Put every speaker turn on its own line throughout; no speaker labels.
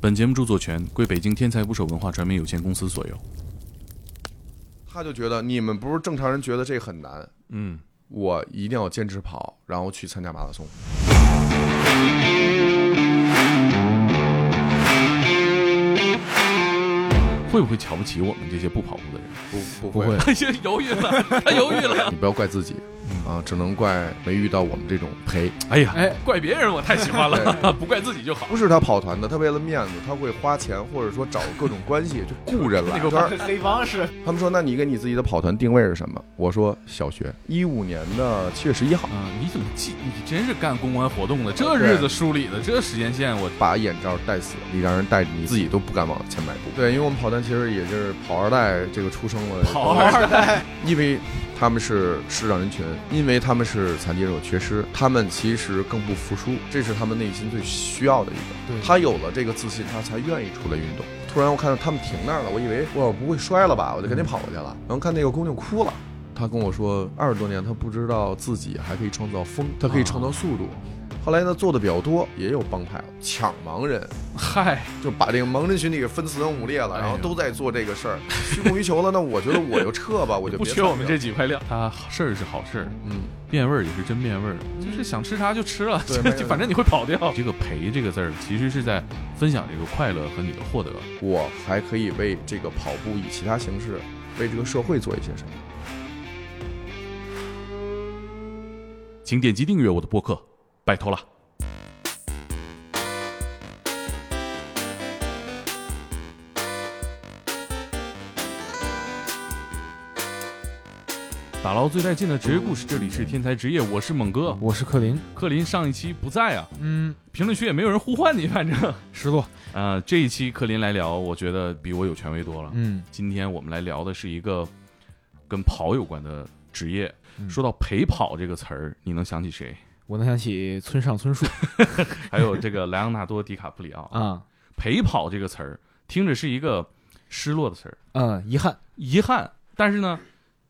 本节目著作权归北京天才捕手文化传媒有限公司所有。
他就觉得你们不是正常人，觉得这很难，
嗯，
我一定要坚持跑，然后去参加马拉松。
会不会瞧不起我们这些不跑步的人？
不，
不
不
会
会，
他就犹豫了，他犹豫了。
你不要怪自己啊，只能怪没遇到我们这种陪。
哎呀，
哎，怪别人我太喜欢了，不怪自己就好。
不是他跑团的，他为了面子，他会花钱或者说找各种关系 就雇人来。
黑方式，
他们说，那你给你自己的跑团定位是什么？我说小学一五年的七月十一号，
啊，你怎么记？你真是干公关活动的，这日子梳理的，这时间线我
把眼罩戴死，你让人戴着，你自己都不敢往前迈步。对，因为我们跑团其实也就是跑二代这个出生了，
跑二代，
因为他们是视障人群，因为他们是残疾人有缺失，他们其实更不服输，这是他们内心最需要的一
嗯
个。他有了这个自信，他才愿意出来运动。突然我看到他们停那儿了，我以为我不会摔了吧，我就
嗯
赶紧跑过去了。然后看那个姑娘哭了，她跟我说二十多年她不知道自己还可以创造风，她可以创造速
啊
度。后来呢，做的比较多，也有帮派了，抢盲人，
嗨，
就把这个盲人群体给分四分五裂了，
哎
然后都在做这个事儿，虚空于求了。那我觉得我就撤吧，我 就
不
别
缺我们
参
这
与了，
几块料。
他事儿是好事儿，
嗯。
变味儿也是真变味儿，就是想吃啥就吃了，
对
就
没有
就反正你会跑掉。这个陪这个字儿，其实是在分享这个快乐和你的获得。
我还可以为这个跑步以其他形式，为这个社会做一些什么。
请点击订阅我的播客，拜托了。打捞最带劲的职业故事，这里是天才职业，我是猛哥。
哦我是克林，
克林上一期不在啊，
嗯，
评论区也没有人呼唤你，反正。
石落，
呃，这一期克林来聊，我觉得比我有权威多了。
嗯，
今天我们来聊的是一个跟跑有关的职业。
嗯
说到陪跑这个词儿，你能想起谁？
我能想起村上春树
还有这个莱昂纳多·迪卡普里奥。
啊，
陪跑这个词儿听着是一个失落的词儿，
嗯，遗憾，
遗憾。但是呢，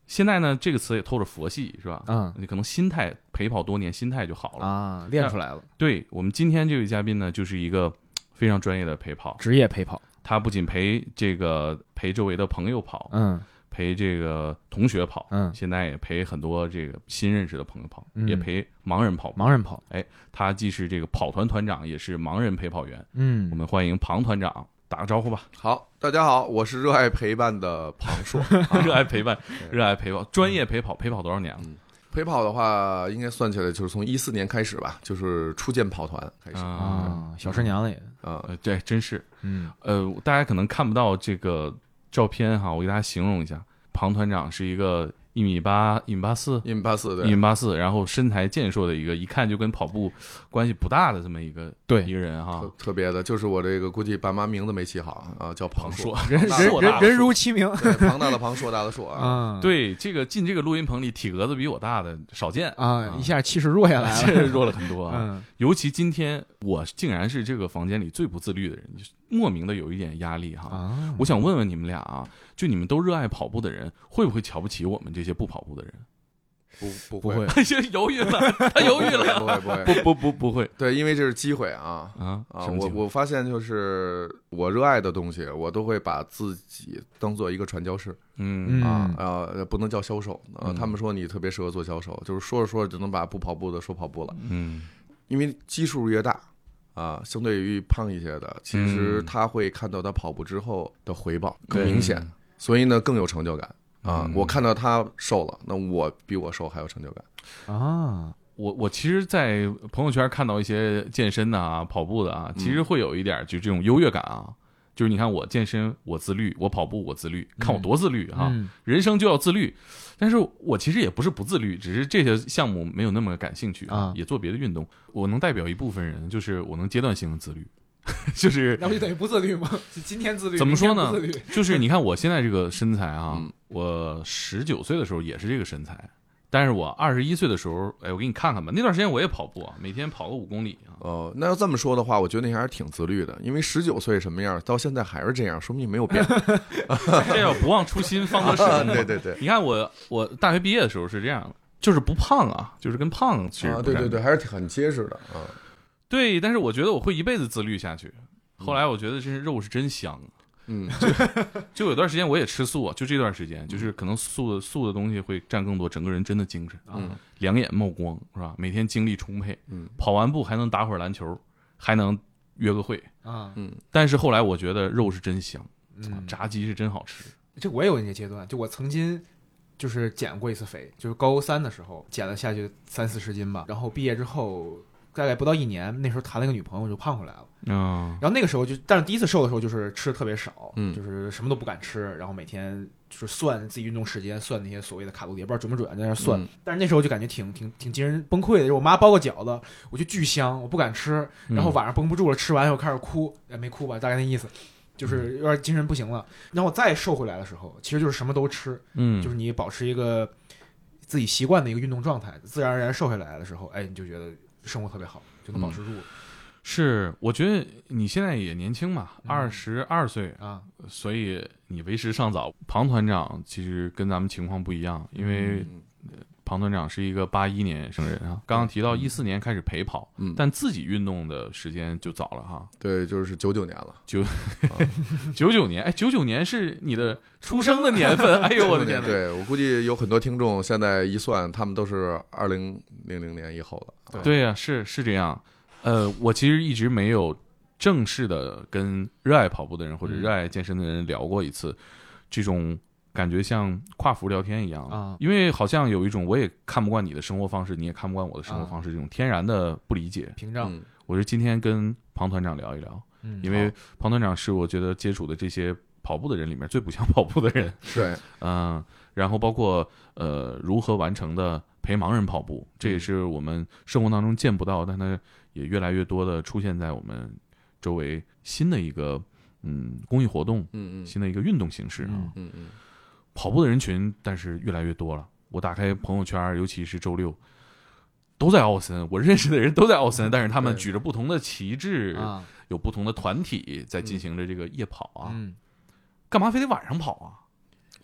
现在呢，这个词也透着佛系，是吧？
嗯
你可能心态陪跑多年，心态就好了。
啊，练出来了，
对我们今天这位嘉宾呢，就是一个非常专业的陪跑，
职业陪跑，
他不仅陪这个陪周围的朋友跑，
嗯
陪这个同学跑，
嗯，
现在也陪很多这个新认识的朋友跑，
嗯
也陪盲人跑。
盲人跑，
他既是这个跑团团长，也是盲人陪跑员。
嗯
我们欢迎庞团长，打个招呼吧。
好，大家好，我是热爱陪伴的庞硕。
热爱陪伴，热爱陪跑，专业陪跑，陪跑多少年了？
陪跑的话，应该算起来就是从一四年开始吧，就是初见跑团开始啊、
啊，
啊，小师娘了也，
呃，对，真是，
嗯
呃，大家可能看不到这个照片哈，我给大家形容一下，庞团长是一个一米八、一米八四、
一米八四
一米
对，
八四，然后身材健硕的一个，一看就跟跑步关系不大的这么一个
对
一个人哈
特，特别的，就是我这个估计爸妈名字没起好啊，叫庞
庞硕
硕，，
人
大啊
人
硕
人
大
人如其名
对，庞大的庞，硕大的硕啊。
啊，
对，这个进这个录音棚里体格子比我大的少见，
啊，一下气势弱下来
这
了，
弱了很多啊。
嗯
尤其今天我竟然是这个房间里最不自律的人，就是莫名的有一点压力哈。
啊，
我想问问你们俩啊，就你们都热爱跑步的人，会不会瞧不起我们这些不跑步的人？
不
不
不会
会，
他就犹豫了，他 犹豫了。
不会 不会，
不不不不会
对，因为这是机会啊。
啊
啊，
什么情
我
况
我发现就是我热爱的东西，我都会把自己当做一个传教士。
嗯
啊
嗯
呃，不能叫销售啊、
嗯
他们说你特别适合做销售，就是说着说着就能把不跑步的说跑步了，
嗯
因为基数越大啊，相对于胖一些的，其实
嗯
他会看到他跑步之后的回报更
对
明显，所以呢更有成就感啊、
嗯
我看到他瘦了，那我比我瘦还有成就感。
啊，
我我其实，在朋友圈看到一些健身的啊、跑步的啊，
嗯
其实会有一点就这种优越感啊。就是你看我健身，我自律；我跑步，我自律。看我多自律啊！
嗯
人生就要自律。但是我其实也不是不自律，只是这些项目没有那么感兴趣
啊
也做别的运动。我能代表一部分人，就是我能阶段性的自律， 就是
那不就等于不自律吗？今天自律
怎么说呢？就是你看我现在这个身材啊，
嗯
我十九岁的时候也是这个身材，但是我二十一岁的时候，哎，我给你看看吧。那段时间我也跑步啊，每天跑个五公里啊。
哦，那要这么说的话，我觉得你还是挺自律的，因为十九岁什么样，到现在还是这样，说明你没 有变。
这要不忘初心，方得始终。
对对对。
你看我，我大学毕业的时候是这样的，就是不胖啊，就是跟胖其实
啊，
不
对
沾
对对，还是挺很结实的啊。
对但是我觉得我会一辈子自律下去。后
嗯
来我觉得真是肉是真香啊，
嗯，
就有段时间我也吃素啊，就这段时间，
嗯
就是可能素的素的东西会占更多，整个人真的精神，
啊
嗯，
两眼冒光是吧？每天精力充沛，
嗯，
跑完步还能打会儿篮球，还能约个会。
啊，
但是后来我觉得肉是真香，
嗯，
炸鸡是真好吃。
这我也有那个阶段，就我曾经就是减过一次肥，就是高三的时候减了下去三四十斤吧，然后毕业之后大概不到一年，那时候谈了一个女朋友就胖回来了，
嗯，
然后那个时候就，但是第一次瘦的时候就是吃的特别少，
嗯
就是什么都不敢吃，然后每天就是算自己运动时间，算那些所谓的卡路里，也不知道准不准，在那儿算。
嗯
但是那时候就感觉挺挺挺精神崩溃的，就是我妈包个饺子，我就巨香，我不敢吃，
嗯
然后晚上绷不住了，吃完又开始哭，哎，没哭吧，大概那意思。就是有点精神不行了，然后我再瘦回来的时候，其实就是什么都吃，
嗯，
就是你保持一个自己习惯的一个运动状态，自然而然瘦下来的时候，哎，你就觉得生活特别好，就能保持住了、
是，我觉得你现在也年轻嘛，
嗯
二十二岁，
啊。
所以你为时尚早。庞团长其实跟咱们情况不一样，因为
嗯
庞团长是一个八一年生人啊，刚刚提到一四年开始陪跑，
嗯
但自己运动的时间就早了哈。
对，就是九九年了，
九九年，哎，九九年是你的出生的年 份，哎呦我的天
年，
呐！
对我估计有很多听众现在一算，他们都是二零零零年以后的，啊，
对呀、是是这样。呃，我其实一直没有正式的跟热爱跑步的人或者
嗯
热爱健身的人聊过一次，这种感觉像跨服聊天一样
啊
因为好像有一种我也看不惯你的生活方式，你也看不惯我的生活
啊
方式，这种天然的不理解。
屏障，
嗯
我就今天跟庞团长聊一聊，
嗯
因为庞团长是我觉得接触的这些跑步的人里面最不想跑步的人。
对，
嗯，然后包括呃如何完成的陪盲人跑步，这也
嗯
是我们生活当中见不到，但它也越来越多的出现在我们周围新的一个嗯公益活动，
嗯嗯
新的一个运动形式啊。
嗯
嗯嗯，
跑步的人群，但是越来越多了。我打开朋友圈，尤其是周六。都在奥森，我认识的人都在奥森，但是他们
嗯对
举着不同的旗帜，
啊，
有不同的团体在
嗯
进行着这个夜跑啊，
嗯
干嘛非得晚上跑啊？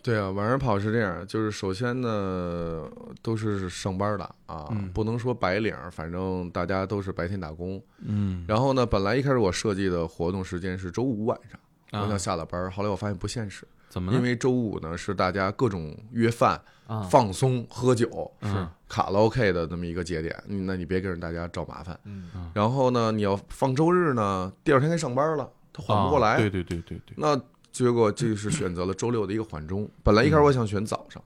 对啊，晚上跑是这样，就是首先呢都是上班的啊，
嗯
不能说白领，反正大家都是白天打工。
嗯，
然后呢，本来一开始我设计的活动时间是周五晚上，我
啊
想下了班儿，后来我发现不现实，
怎么了？
因为周五呢是大家各种约饭、
啊，
放松、喝酒、
是
卡拉 OK 的那么一个节点，嗯那你别给人大家找麻烦。
嗯
然后呢，你要放周日呢，第二天该上班了，他缓不过来，
啊对对对对对
那结果就是选择了周六的一个缓冲。本来一开始我想选早上，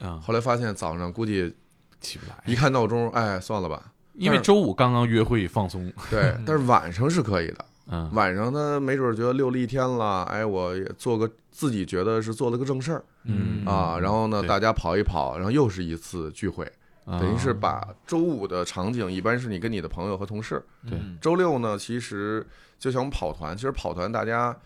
啊，
后来发现早上估计
起不来，
一看闹钟，哎，算了吧。
因为周五刚刚约会放松，
对，但是晚上是可以的。
嗯
晚上呢，没准觉得溜了一天了，哎，我也做个自己觉得是做了个正事儿
嗯
啊。然后呢，
对
大家跑一跑，然后又是一次聚会，
啊
等于是把周五的场景，一般是你跟你的朋友和同事。
对
嗯
周六呢，其实就像我们跑团，其实跑团大家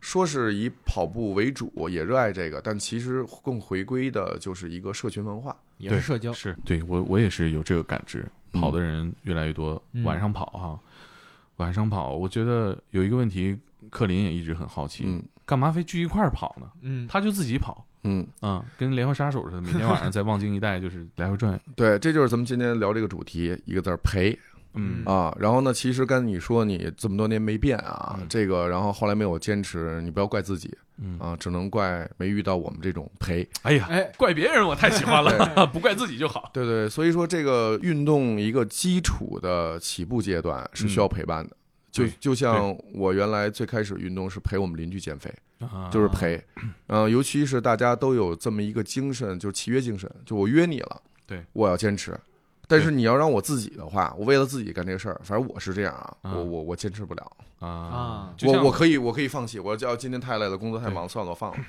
说是以跑步为主，也热爱这个，但其实更回归的就是一个社群文化。
也是社交，
是对我我也是有这个感知，
嗯
跑的人越来越多，
嗯
晚上跑哈，晚上跑，我觉得有一个问题，克林也一直很好奇，
嗯
干嘛非聚一块儿跑呢？
嗯，
他就自己跑。
嗯，
嗯，跟连环杀手似 的，每天晚上在望京一带就是来回转。
对，这就是咱们今天聊这个主题，一个字儿陪
嗯
啊。然后呢，其实刚才你说你这么多年没变啊，
嗯
这个，然后后来没有坚持，你不要怪自己
嗯，
啊，只能怪没遇到我们这种陪。
哎呀，
哎，
怪别人我太喜欢 了，不怪自己就好。
对对，所以说这个运动一个基础的起步阶段是需要陪伴的。就
嗯对
就像我原来最开始运动是陪我们邻居减肥，
啊
就是陪，嗯、尤其是大家都有这么一个精神，就是契约精神，就我约你了，
对，
我要坚持。但是你要让我自己的话，我为了自己干这个事儿，反正我是这样啊，
嗯
我我我坚持不了，
啊
啊，
就
我
像
我可以我可以放弃，我要今天太累了，工作太忙，算了，我放 了。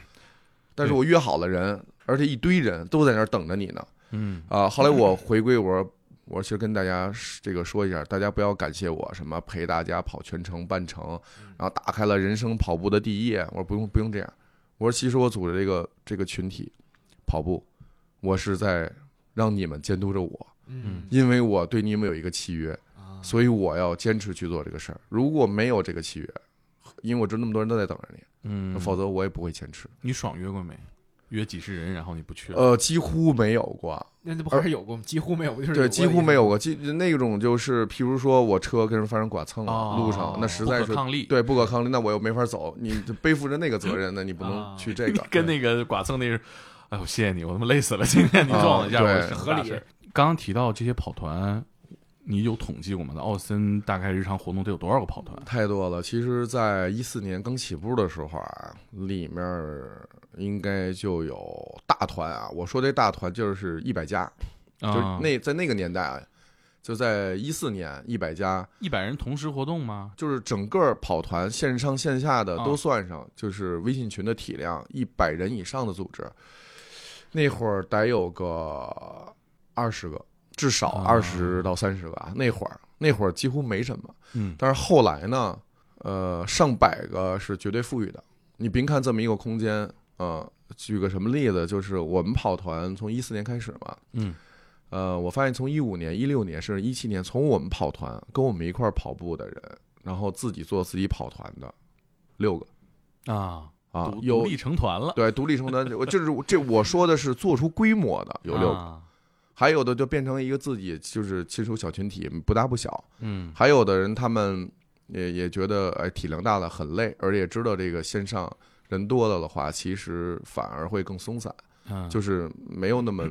但是我约好了人，而且一堆人都在那儿等着你呢，
嗯
啊，后来我回归，我说，我其实跟大家是这个说一下，大家不要感谢我什么陪大家跑全程、半程，
嗯
然后打开了人生跑步的第一页。我说不用不用这样，我说其实我组织这个这个群体跑步，我是在让你们监督着我，
嗯
因为我对你们有一个契约，
啊，
所以我要坚持去做这个事儿。如果没有这个契约，因为我知道那么多人都在等着你，
嗯，
否则我也不会坚持。
你爽约过没？约几十人，然后你不去了，
呃，几乎没有过。
那那不还是有过吗？几乎没有，就是
对，
有
几
过
乎
一
没有
次。
过。几那种就是，譬如说我车跟人发生剐蹭了，
哦
路上那实在
不
是
可抗力。
对不可抗力，那我又没法走，你就背负着那个责任，那你不能去这个。
啊 跟那个剐蹭那是，哎呦，谢谢你，我他妈累死了，今天你撞我一下，
啊
我
对
是
合理。
刚刚提到这些跑团，你有统计过吗？在奥森大概日常活动得有多少个跑团？
太多了。其实，在一四年刚起步的时候啊，里面儿应该就有大团啊。我说这大团就是一百家，就是
啊
那在那个年代啊，就在一四年一百家，
一百人同时活动吗？
就是整个跑团线上线下的
啊
都算上，就是微信群的体量一百人以上的组织，那会儿得有个二十个，至少
啊
二十到三十个啊。那会儿那会儿几乎没什么，
嗯，
但是后来呢，呃，上百个是绝对富裕的。你别看这么一个空间，呃，举个什么例子，就是我们跑团从一四年开始嘛，
嗯，
呃，我发现从一五年、一六年甚至一七年，从我们跑团跟我们一块儿跑步的人，然后自己做自己跑团的六个
啊，
啊
独，独
有
立成团了，
对独立成团，我 这是这我说的是做出规模的有六个，
啊
还有的就变成一个自己就是亲属小群体，不大不小，
嗯
还有的人他们也也觉得哎体量大了很累，而且知道这个线上人多了的话，其实反而会更松散，
嗯，
就是没有那么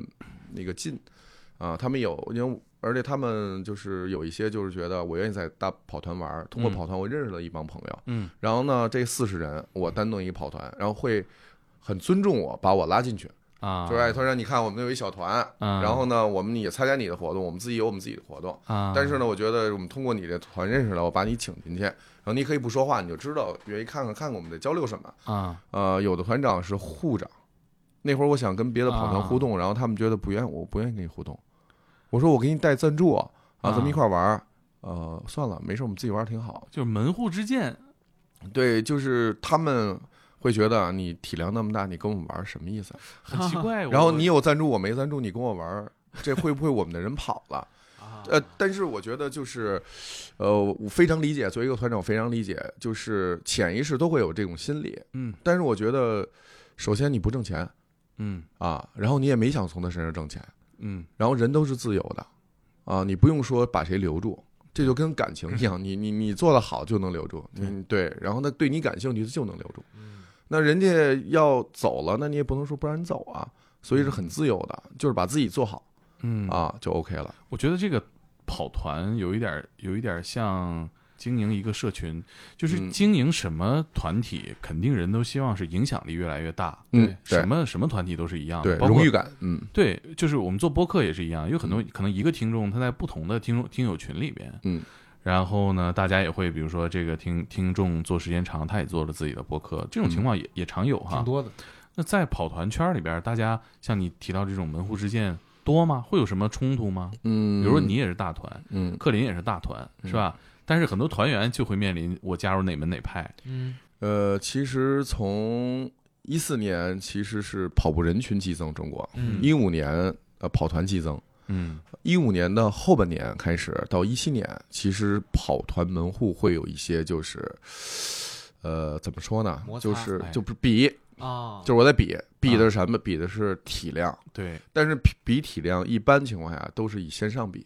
那个劲啊。他们有，因为而且他们就是有一些就是觉得我愿意在大跑团玩儿，通过
嗯
跑团我认识了一帮朋友，
嗯，
然后呢这四十人我单弄一个跑团，然后会很尊重我，把我拉进去，
啊，
就是哎他说你看我们有一小团。
嗯，
然后呢，我们也参加你的活动，我们自己有我们自己的活动，
啊，
但是呢，我觉得我们通过你的团认识了，我把你请进去，然后你可以不说话，你就知道愿意看看看看我们在交流什么。
啊，
呃，有的团长是护长，那会儿我想跟别的跑团互动，然后他们觉得不愿，我不愿意跟你互动。我说我给你带赞助啊，
啊
咱们一块儿玩儿。呃，算了，没事，我们自己玩儿挺好。
就是门户之见，
对，就是他们会觉得啊你体量那么大，你跟我们玩儿什么意思？啊
很奇怪。
然后
哎我
你有赞助，我没赞助，你跟我玩儿，这会不会我们的人跑了？
啊
呃，但是我觉得就是，呃，我非常理解，作为一个团长，非常理解，就是潜意识都会有这种心理。
嗯
但是我觉得，首先你不挣钱
嗯
啊，然后你也没想从他身上挣钱，
嗯，
然后人都是自由的啊，你不用说把谁留住，这就跟感情
嗯
一样，你你你做得好就能留住，你对，然后他对你感兴趣就能留住。
嗯
那人家要走了，那你也不能说不让人走啊，所以是很自由的，就是把自己做好
嗯
啊，就 OK 了。
我觉得这个跑团有一点儿，有一点儿像经营一个社群，就是
嗯
经营什么团体，肯定人都希望是影响力越来越大。
嗯
对，
对
什么什么团体都是一样啊
对
的，包括
荣誉嗯感，嗯。
对，就是我们做播客也是一样，有很多可能一个听众他在不同的听众听友群里边，
嗯，
然后呢，大家也会比如说这个听听众做时间长，他也做了自己的播客，这种
嗯
情况也、也常有哈
挺。多的。
那在跑团圈里边，大家像你提到这种门户之见多吗？会有什么冲突吗？比
嗯，
如说你，也是大团，
嗯，
克林也是大团，是吧？但是很多团员就会面临我加入哪门哪派，
嗯，
呃，其实从一四年其实是跑步人群激增中国，
嗯
一五年呃跑团激增，
嗯
一五年的后半年开始到一七年，其实跑团门户会有一些就是，呃，怎么说呢
摩？擦
就是
哎啊
就不比，
啊，
就是我在比，比的是什么？比的是体量，
对，
但是比比体量一般情况下都是以线上比。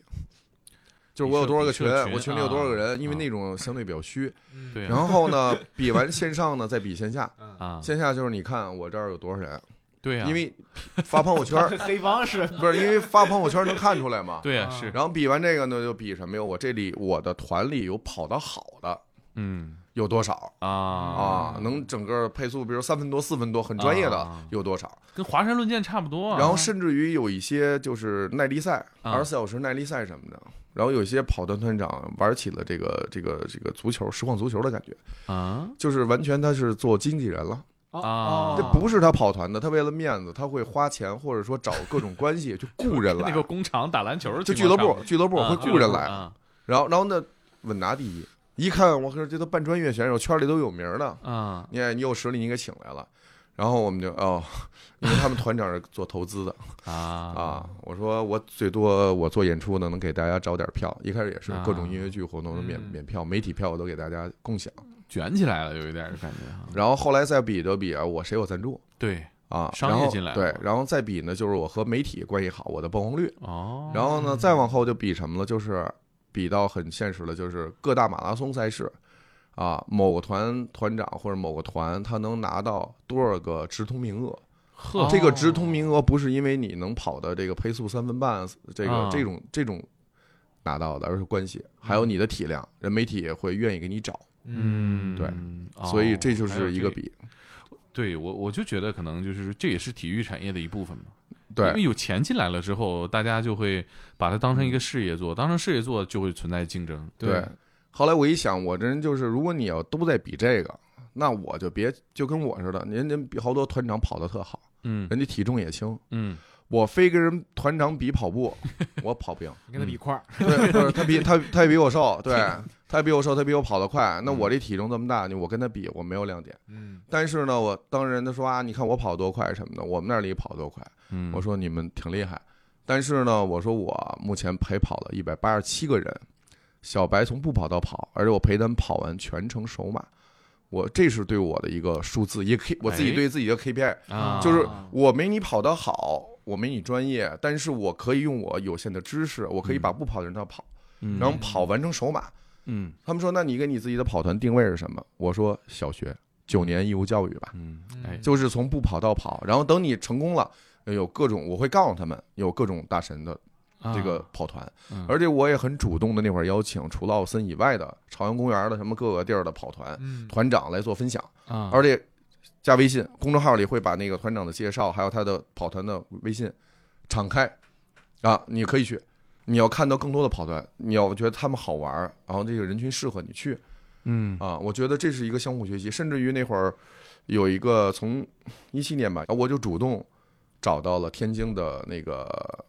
就是我有多少个
比社
群
比社，群
我群里有多少个人，因为
啊
那种相对比较虚，
嗯
对
然 后呢，比完线上呢，再比线下。
嗯
啊，
线下就是你看我这儿有多少人，
对啊呀、
因为发朋友 圈儿
黑帮是
不是因为发朋友圈能看出来嘛。
对呀、
啊
是，
然后比完这个呢，就比什么呀？我这里我的团里有跑得好的
嗯
有多少
啊
啊？能整个配速，比如三分多、四分多，很专业的
啊
有多少？
跟华山论剑差不多啊。
然后甚至于有一些就是耐力赛，
啊
二十四小时耐力赛什么的。然后有一些跑团团长玩起了这个这个这个足球实况足球的感觉，
啊，
就是完全他是做经纪人了。
哦
啊
这不是他跑团的，他为了面子，他会花钱或者说找各种关系就雇人来
那，个工厂打篮球的
就
情
俱
况
乐
差不
部
多
俱乐部
啊
会雇人来，
啊
然后然后呢稳拿第一，一看我靠，这都半专业选手，圈里都有名儿的，
啊
你看你有实力，你给请来了。然后我们就哦， 因为他们团长是做投资的
啊
啊，我说我最多我做演出呢，能给大家找点票。一开始也是各种音乐剧活动
啊
的免
嗯
免票、媒体票，我都给大家共享。
卷起来了，有一点儿感觉哈。
然后后来再比就比啊，我谁有赞助，
对
啊，
商业
然后
进来了
对，然后再比呢，就是我和媒体关系好，我的曝光率。
哦，
然后呢，
嗯
再往后就比什么了，就是比到很现实的，就是各大马拉松赛事啊，某个团团长或者某个团，他能拿到多少个直通名额？
呵
这个直通名额不是因为你能跑的这个配速三分半，这个、
啊
这种这种拿到的，而是关系，还有你的体量，人媒体也会愿意给你找，
嗯，
对
哦
所以这就
还有
是一个
这
比。
对我，我就觉得可能就是这也是体育产业的一部分嘛。因为
对
有钱进来了之后，大家就会把它当成一个事业做，当成事业做就会存在竞争。
嗯对，后来我一想，我这人就是，如果你要都在比这个，那我就别就跟我似的，人家比好多团长跑得特好，
嗯
人家体重也轻，
嗯，
我非跟人团长比跑步，我跑不赢。
你跟他比块儿，
对，不是他比他他也比我瘦， 对他也比我瘦，他比我跑得快。那
嗯
我这体重这么大，我跟他比，我没有亮点。
嗯，
但是呢，我当人家说啊，你看我跑多快什么的，我们那里跑多快，
嗯，
我说你们挺厉害。但是呢，我说我目前陪跑了一百八十七个人，小白从不跑到跑，而且我陪他们跑完全程首马，我这是对我的一个数字，也 K 我自己
哎
对自己的 KPI，、
啊，
就是我没你跑得好，我没你专业，但是我可以用我有限的知识，我可以把不跑的人他跑，
嗯
然后跑完成首马，
嗯
他们说：“那你给你自己的跑团定位是什么？”我说：“小学九年义务教育吧，
嗯，
嗯
哎，
就是从不跑到跑，然后等你成功了，有各种我会告诉他们有各种大神的
啊
这个跑团，
嗯
而且我也很主动的那会儿邀请除了奥森以外的朝阳公园的什么各个地儿的跑团
嗯，
团长来做分享，
啊，
而且加微信公众号里会把那个团长的介绍还有他的跑团的微信敞开啊，你可以去。”你要看到更多的跑团，你要觉得他们好玩儿，然后这个人群适合你去，
嗯
啊，我觉得这是一个相互学习，甚至于那会儿有一个从一七年吧，我就主动找到了天津的那个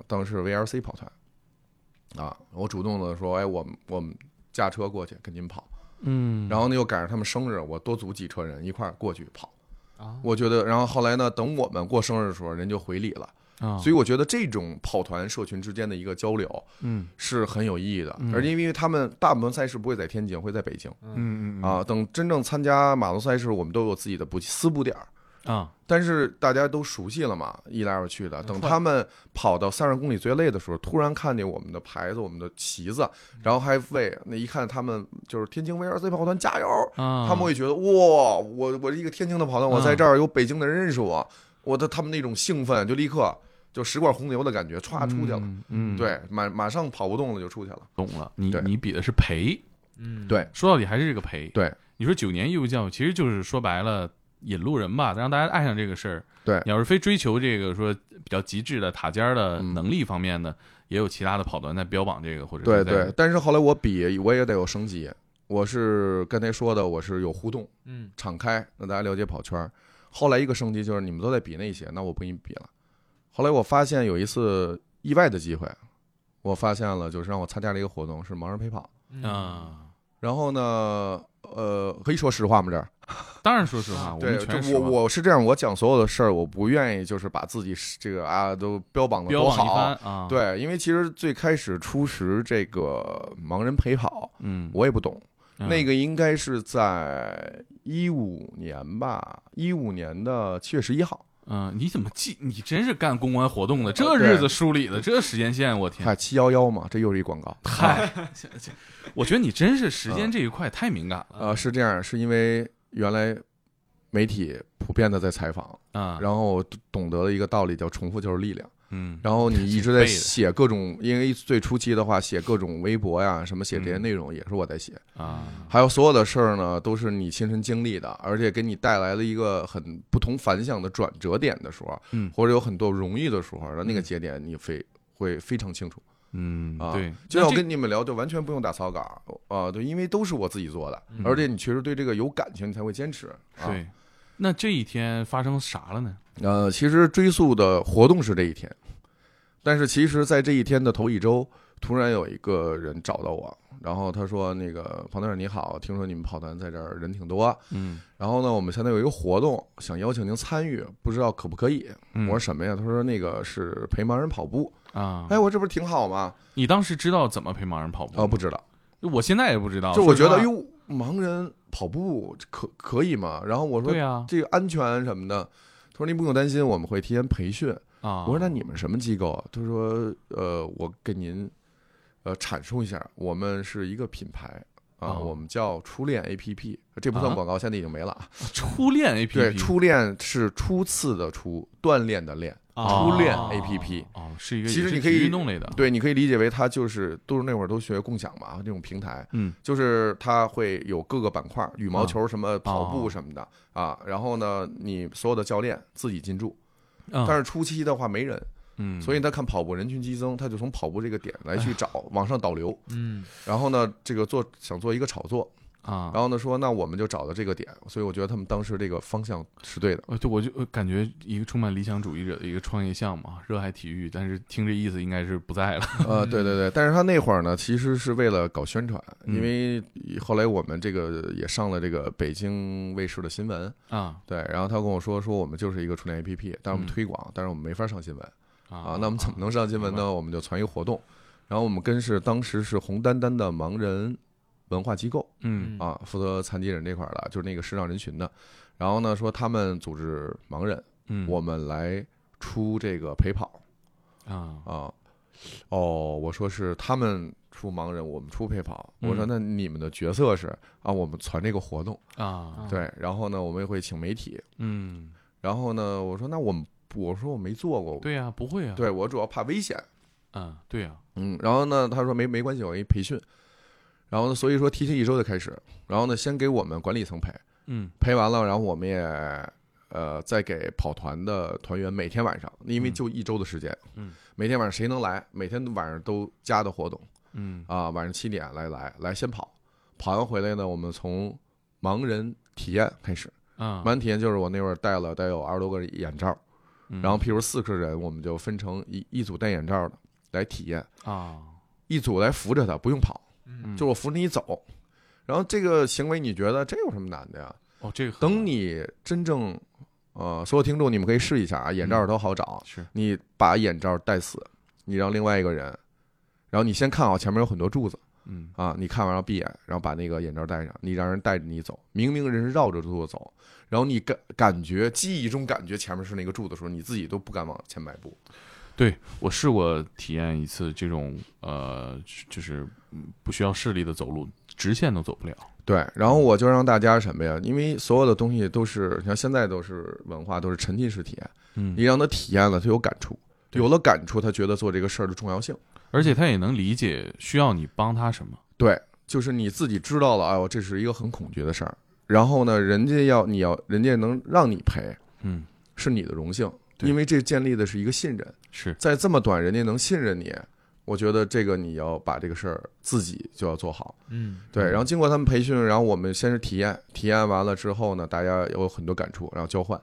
当时 VRC 跑团，啊，我主动的说，哎，我们我们驾车过去跟您跑，
嗯，
然后呢又赶上他们生日，我多组几车人一块儿过去跑，
啊，
我觉得，然后后来呢，等我们过生日的时候，人就回礼了，
啊，
所以我觉得这种跑团社群之间的一个交流
嗯
是很有意义的，
嗯
而且因为他们大部分赛事不会在天津，会在北京。
嗯嗯
啊，等真正参加马拉松赛事，我们都有自己的补私补点儿。
啊，
但是大家都熟悉了嘛，一来二去
嗯
的。等
快
他们跑到三十公里最累的时候，突然看见我们的牌子、我们的旗子，然后还为那一看他们就是天津 VRC 跑团加油，
啊，
他们会觉得哇，我我是一个天津的跑团，我在这儿有北京的人认识我，我的他们那种兴奋就立刻就十罐红牛的感觉，歘出去了。
嗯，嗯，
对，马马上跑不动了就出去了。
懂了。你
对
你比的是赔，
嗯，
对
说到底还是这个赔。
对，
你说九年义务教育，其实就是说白了。引路人吧，让大家爱上这个事儿。
对
你要是非追求这个说比较极致的塔尖儿的
嗯
能力方面的，也有其他的跑团在标榜这个，或者
对
是
对
在，
但是后来我比我也得有升级，我是刚才说的，我是有互动、
嗯，
敞开，让大家了解跑圈儿。后来一个升级就是你们都在比那些，那我不跟你比了。后来我发现有一次意外的机会，我发现了就是让我参加了一个活动，是盲人陪跑。
嗯，
啊，
然后呢，呃，可以说实话吗？这儿
当然说实话，
啊
我
对
们，全是
就我我是这样，我讲所有的事儿，我不愿意就是把自己是这个啊都标榜的
标
多
榜一番
好。
啊，，
对，因为其实最开始初识这个盲人陪跑，
嗯，
我也不懂。
嗯
那个应该是在一五年吧，一五年的七月十一号，
嗯，你怎么记？你真是干公关活动的，这
呃
日
对
子梳理的，这时间线，我天！
嗨，七幺幺嘛，这又是一广告。 啊
嗨，我觉得你真是时间这一块太敏感了
呃，是这样，是因为原来媒体普遍的在采访，
啊。
然后我懂得了一个道理，叫重复就是力量。
嗯，
然后你一直在
背的
写各种，因为最初期的话，写各种微博呀，什么写这些
嗯
内容也是我在写，
啊，
还有所有的事儿呢，都是你亲身经历的，而且给你带来了一个很不同凡响的转折点的时候，
嗯
或者有很多容易的时候，然后那个节点你非会非常清楚。
嗯，
啊
对，
就像我
那这
跟你们聊，就完全不用打草稿啊，对，因为都是我自己做的，
嗯
而且你确实对这个有感情，你才会坚持。啊、，
对，那这一天发生啥了呢？
呃，其实追溯的活动是这一天，但是其实在这一天的头一周，突然有一个人找到我，然后他说：“那个庞队长你好，听说你们跑团在这儿人挺多，
嗯，
然后呢，我们现在有一个活动，想邀请您参与，不知道可不可以？”
嗯
我说：“什么呀？”他说：“那个是陪盲人跑步。”
啊，
哎，我这不是挺好吗？
你当时知道怎么陪盲人跑步
啊，不知道，
我现在也不知道，
就我觉得
哟，
哟，盲人跑步可可以吗？然后我说
对啊，
这个安全什么的。他说您不用担心，我们会提前培训。
啊，
我说那你们什么机构啊？他说呃，我给您呃阐述一下，我们是一个品牌啊，
哦
我们叫初恋 APP，这不算
啊
广告，现在已经没了啊。
初恋 A P P，
对，初恋是初次的初，锻炼的炼，
啊
哦
初恋 APP。
哦，是一个
其实
也是
你可以
体育运动类的，
对，你可以理解为它就是都是那会儿都学共享嘛，这种平台，
嗯，
就是它会有各个板块，羽毛球什么、跑步什么的啊。然后呢，你所有的教练自己进驻，
嗯，
但是初期的话没人，
嗯，
所以他看跑步人群激增，他就从跑步这个点 来去找往上导流。
嗯，
然后呢，这个做想做一个炒作，
啊
然，后呢说那我们就找到这个点，所以我觉得他们当时这个方向是对的。
呃，对，我就呃感觉一个充满理想主义者的一个创业项目啊，热爱体育，但是听这意思应该是不在了。
呃，对对对，但是他那会儿呢，其实是为了搞宣传，
嗯
因为后来我们这个也上了这个北京卫视的新闻，
啊
对，然后他跟我说说我们就是一个纯联 APP，但是我们
嗯
推广，但是我们没法上新闻啊
啊，
那我们怎么能上新闻
明
呢？我们就传一个活动，然后我们跟是当时是红丹丹的盲人文化机构。
嗯
啊，负责残疾人这块儿的，就是那个视障人群的。然后呢，说他们组织盲人，
嗯，
我们来出这个陪跑
啊
啊。哦，我说是他们出盲人，我们出陪跑。我说
嗯
那你们的角色是啊，我们传这个活动，
啊，
对。然后呢，我们也会请媒体。
嗯，
然后呢，我说那我们，我说我没做过，
对呀，不会啊，
对我主要怕危险。
嗯，对呀，
嗯，然后呢，他说没没关系，我给你培训。然后呢，所以说提前一周就开始，然后呢，先给我们管理层培，
嗯
陪完了，然后我们也呃再给跑团的团员每天晚上，因为就一周的时间，
嗯，
每天晚上谁能来，每天晚上都加的活动
嗯
啊，晚上七点来来来先跑，跑完回来呢，我们从盲人体验开始，
啊
盲，人体验就是我那会儿戴了得有二十多个眼罩，
嗯
然后譬如四个人，我们就分成一一组戴眼罩的来体验，
啊，
一组来扶着他，不用跑，
嗯
就是我扶着你走。然后这个行为你觉得这有什么难的呀？
哦，这个很
等你真正，呃，所有听众你们可以试一下啊，眼罩都好找，
是
你把眼罩戴死，你让另外一个人，然后你先看好啊前面有很多柱子
嗯
啊，你看完了闭眼，然后把那个眼罩戴上，你让人带着你走，明明人是绕着柱子走，然后你感感觉记忆中感觉前面是那个柱子的时候，你自己都不敢往前迈步，
我试过体验一次这种呃，就是嗯不需要视力的走路，直线都走不了。
对，然后我就让大家什么呀？因为所有的东西都是，你看现在都是文化，都是沉浸式体验，
嗯，
你让他体验了，他有感触，
对
有了感触，他觉得做这个事儿的重要性。
而且他也能理解需要你帮他什么。
对，就是你自己知道了，哎呦，这是一个很恐惧的事儿。然后呢，人家要你要人家能让你陪，
嗯，
是你的荣幸，
对
因为这建立的是一个信任，
是
在这么短人家能信任你，我觉得这个你要把这个事儿自己就要做好。
嗯
对，然后经过他们培训，然后我们先是体验，体验完了之后呢，大家有很多感触，然后交换，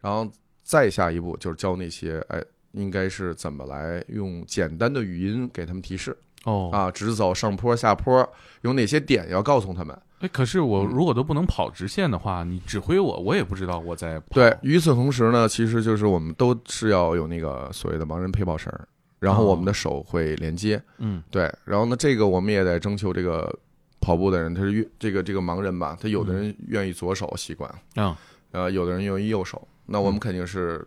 然后再下一步就是教那些哎。应该是怎么来用简单的语音给他们提示
哦
啊？直走、上坡、下坡，有哪些点要告诉他们？
哎，可是我
嗯
如果都不能跑直线的话，你指挥我，我也不知道我在跑
对，与此同时呢，其实就是我们都是要有那个所谓的盲人陪跑绳儿，然后
哦
我们的手会连接。
嗯
对，然后呢，这个我们也得征求这个跑步的人，他是愿这个这个盲人吧，他有的
嗯
人愿意左手习惯，
啊
呃，有的人愿意右手。那
嗯
我们肯定是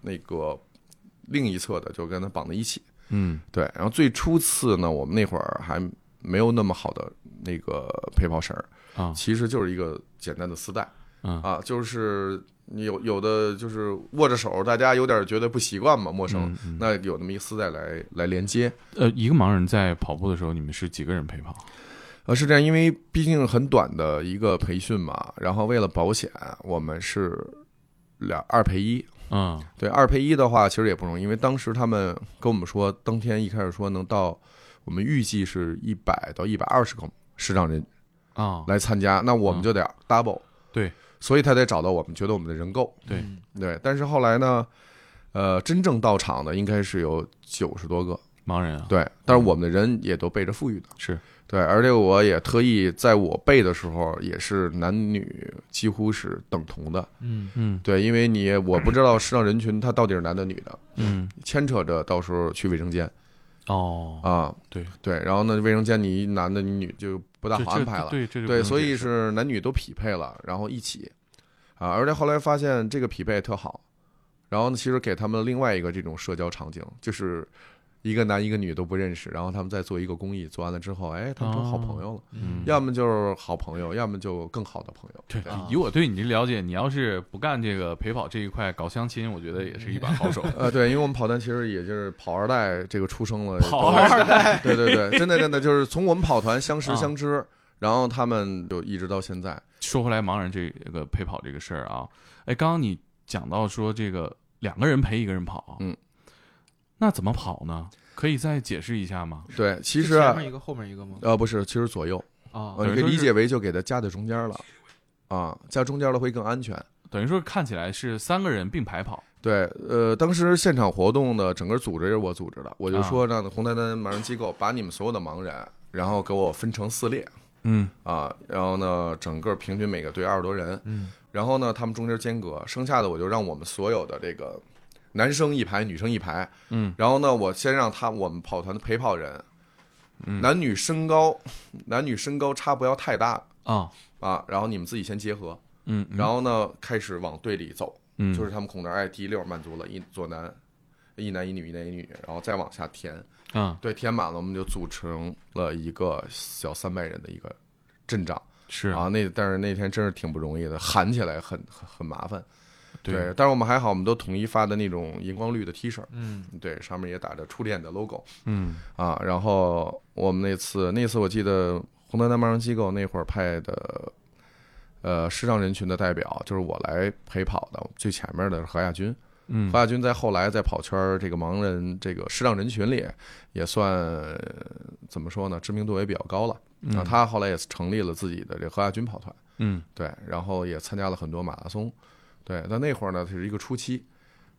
那个另一侧的，就跟他绑在一起。
嗯
对，然后最初次呢，我们那会儿还没有那么好的那个陪跑绳儿，
啊
其实就是一个简单的丝带。
嗯
啊，就是你有有的就是握着手，大家有点觉得不习惯嘛，陌生。
嗯嗯
那有那么一个丝带来来连接，
呃，一个盲人在跑步的时候，你们是几个人陪跑？
呃，是这样，因为毕竟很短的一个培训嘛，然后为了保险，我们是两二赔一。
嗯
对，二赔一的话其实也不容易，因为当时他们跟我们说，当天一开始说能到，我们预计是一百到一百二十个视障人
啊
来参加，那我们就得 double，、
嗯对，
所以他得找到我们，觉得我们的人够，
对
嗯
对，但是后来呢，呃，真正到场的应该是有九十多个，
盲人啊，
对，但是我们的人也都背着富裕的，
是
对，而且我也特意在我背的时候，也是男女几乎是等同的，
嗯
嗯
对，因为你我不知道视障人群他到底是男的女的，
嗯
牵扯着到时候去卫生间
哦
啊，
对
对，然后呢，卫生间你一男的，你女就不
这
大好安排
这
了，
对这就不
对，
能
所
解
以
释
是男女都匹配了，然后一起啊，而且后来发现这个匹配特好，然后呢，其实给他们另外一个这种社交场景，就是一个男一个女都不认识，然后他们再做一个公益，做完了之后，哎，他们成好朋友了，
嗯
要么就是好朋友，要么就更好的朋友。
对
对，
啊
以我对你的了解，你要是不干这个陪跑这一块，搞相亲，我觉得也是一把好手。
呃，对，因为我们跑团其实也就是跑二代这个出生了，
跑二
代，对对对，真的真的就是从我们跑团相识
啊
相知，然后他们就一直到现在。
说回来，盲人这个陪跑这个事儿啊，哎，刚刚你讲到说这个两个人陪一个人跑，
嗯，
那怎么跑呢？可以再解释一下吗？
对，其
其
实
前
啊
面，一个，后面一个吗？
呃，不是，其实左右，
啊
呃，你可
等于说
以
是
理解为就给它夹在中间了，啊，夹中间了会更安全。
等于说看起来是三个人并排跑，
对，呃，当时现场活动的整个组织是我组织的，我
啊
就说让红丹丹盲人机构把你们所有的盲人，然后给我分成四列
嗯，
啊，然后呢，整个平均每个队二十多人，
嗯，
然后呢，他们中间间隔，剩下的我就让我们所有的这个男生一排，女生一排，
嗯，
然后呢，我先让他我们跑团的陪跑人，
嗯
男女身高，男女身高差不要太大
啊、
啊，然后你们自己先结合，
嗯，嗯
然后呢，开始往队里走，
嗯
就是他们孔那儿哎，第一溜儿满足了，一左男，一男一女，一男一女，然后再往下填，
啊，
对，填满了，我们就组成了一个小三百人的一个阵仗
是
啊。那但是那天真是挺不容易的，喊起来很很很麻烦。
对
对，但是我们还好，我们都统一发的那种荧光绿的 T 恤，
嗯，
对，上面也打着初恋的 logo
嗯
啊。然后我们那次，那次我记得红灯南盲人机构那会儿派的，呃，视障人群的代表就是我来陪跑的，最前面的是何亚军。
嗯
何亚军在后来在跑圈儿这个盲人这个视障人群里，也算呃怎么说呢，知名度也比较高了。啊，他后来也成立了自己的这何亚军跑团，
嗯
对，然后也参加了很多马拉松，对。但那会儿呢，是一个初期，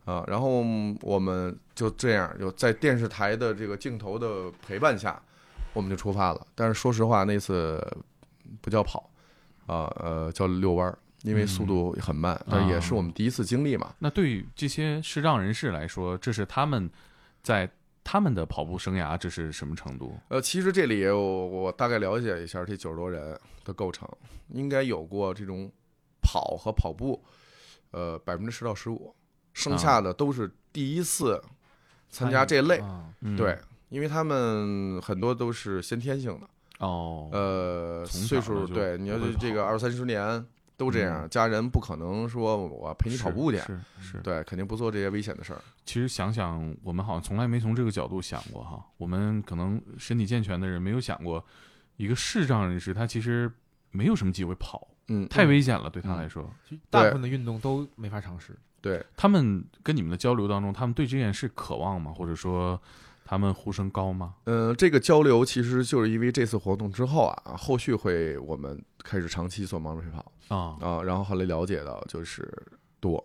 啊，然后我们就这样，就在电视台的这个镜头的陪伴下，我们就出发了。但是说实话，那次不叫跑，啊呃，叫遛弯儿，因为速度很慢，但也是我们第一次经历嘛。
那对于这些视障人士来说，这是他们在他们的跑步生涯，这是什么程度？
呃，其实这里我我大概了解一下这九十多人的构成，应该有过这种跑和跑步，呃，百分之十到十五，剩下的都是第一次参加这类，
啊
嗯
对，，因为他们很多都是先天性的，
哦，
呃，
从小
岁数
呢就
对，你要
不会
是这个
跑嗯
二三十年都这样，家人不可能说我陪你跑步去，
是是是。
对，肯定不做这些危险的事儿，
其实想想，我们好像从来没从这个角度想过哈。我们可能身体健全的人没有想过，一个视障人士他其实没有什么机会跑，
嗯，
太危险了，对他来说。
其实大部分的运动都没法尝试。
对，
他们跟你们的交流当中，他们对这件事渴望吗？或者说他们呼声高吗？
呃，这个交流其实就是因为这次活动之后啊，后续会我们开始长期做盲人陪跑
啊，
啊，然后后来了解到就是多，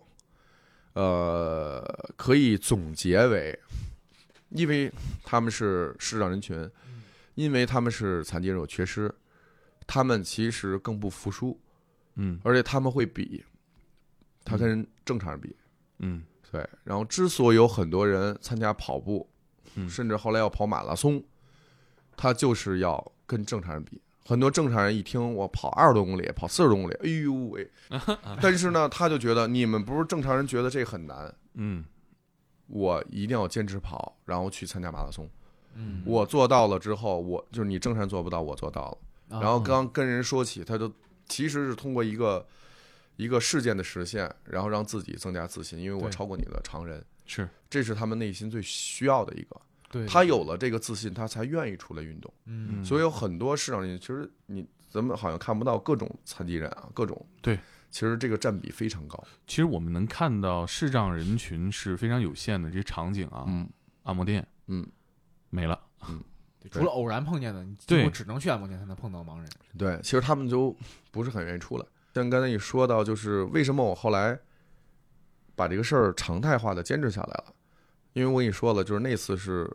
呃，可以总结为，因为他们是视障人群，因为他们是残疾人有缺失，他们其实更不服输，
嗯
而且他们会比，他跟正常人比，
嗯
对，然后之所以有很多人参加跑步，
嗯
甚至后来要跑马拉松，他就是要跟正常人比。很多正常人一听我跑二十多公里，跑四十多公里，哎呦 喂！但是呢，他就觉得你们不是正常人，觉得这很难，
嗯
我一定要坚持跑，然后去参加马拉松。
嗯，
我做到了之后，我就是你正常人做不到，我做到了。
然
然后刚跟人说起，他就其实是通过一个一个事件的实现，然后让自己增加自信，因为我
对
超过你的常人。
是
这是他们内心最需要的一个。
对
他有了这个自信，他才愿意出来运动。
嗯
所以有很多市场人，其实你咱们好像看不到各种残疾人啊，各种
对，
其实这个占比非常高。
其实我们能看到视障人群是非常有限的这些场景啊，
嗯
按摩店
嗯，
没了，
对除了偶然碰见的，你几
对
乎只能去按摩店才能碰到盲人。
对，其实他们就不是很愿意出来。像刚才你说到，就是为什么我后来把这个事儿常态化的坚持下来了，因为我跟你说了，就是那次是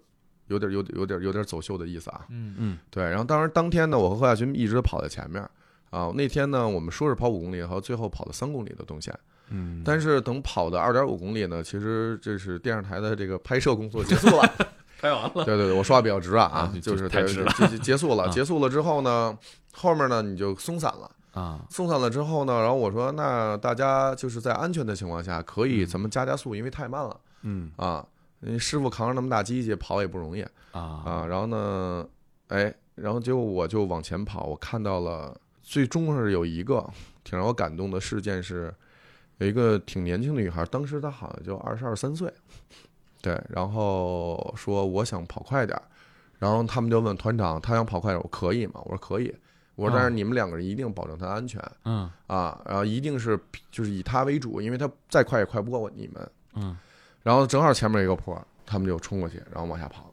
有点有点有点有点走秀的意思啊，
嗯
嗯
对，然后当然当天呢，我和何亚军一直跑在前面啊。那天呢，我们说是跑五公里，和最后跑了三公里的动线。
嗯，
但是等跑的二点五公里呢，其实这是电视台的这个拍摄工作结束了。
拍完了，
对对对，我说话比较直啊啊
啊，
就是
太
对
直
对结结束了，结束了之后呢，后面呢你就松散了。
啊，
送散了之后呢，然后我说那大家就是在安全的情况下，可以
嗯
咱们加加速，因为太慢了
嗯
啊。你师傅扛着那么大机器跑也不容易
啊
啊。然后呢，哎，然后结果我就往前跑，我看到了最终是有一个挺让我感动的事件是，有一个挺年轻的女孩，当时她好像就二十二三岁，对，然后说我想跑快点儿，然后他们就问团长，他想跑快点儿，我可以吗？我说可以，我说
啊
但是你们两个人一定保证她安全。
嗯
啊，然后一定是就是以他为主，因为他再快也快不过我你们。
嗯
然后正好前面有一个坡，他们就冲过去，然后往下跑，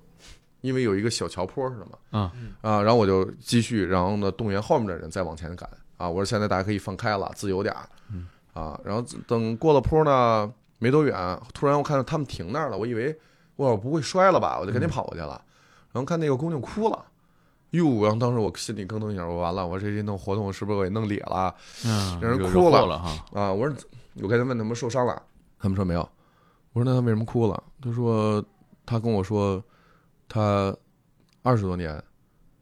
因为有一个小桥坡似的嘛。
啊
啊，然后我就继续，然后呢动员后面的人再往前赶啊。我说现在大家可以放开了，自由点儿。啊，然后等过了坡呢，没多远，突然我看到他们停那儿了，我以为我不会摔了吧，我就赶紧跑过去了。然后看那个姑娘哭了。哟，然后当时我心里咯噔一下，我完了，我这一弄活动是不是我给弄咧了？
嗯，
让人
惹
哭
祸
了
了哈，
啊，我说我刚才问他们受伤了，他们说没有。我说那他为什么哭了？他说他跟我说，他二十多年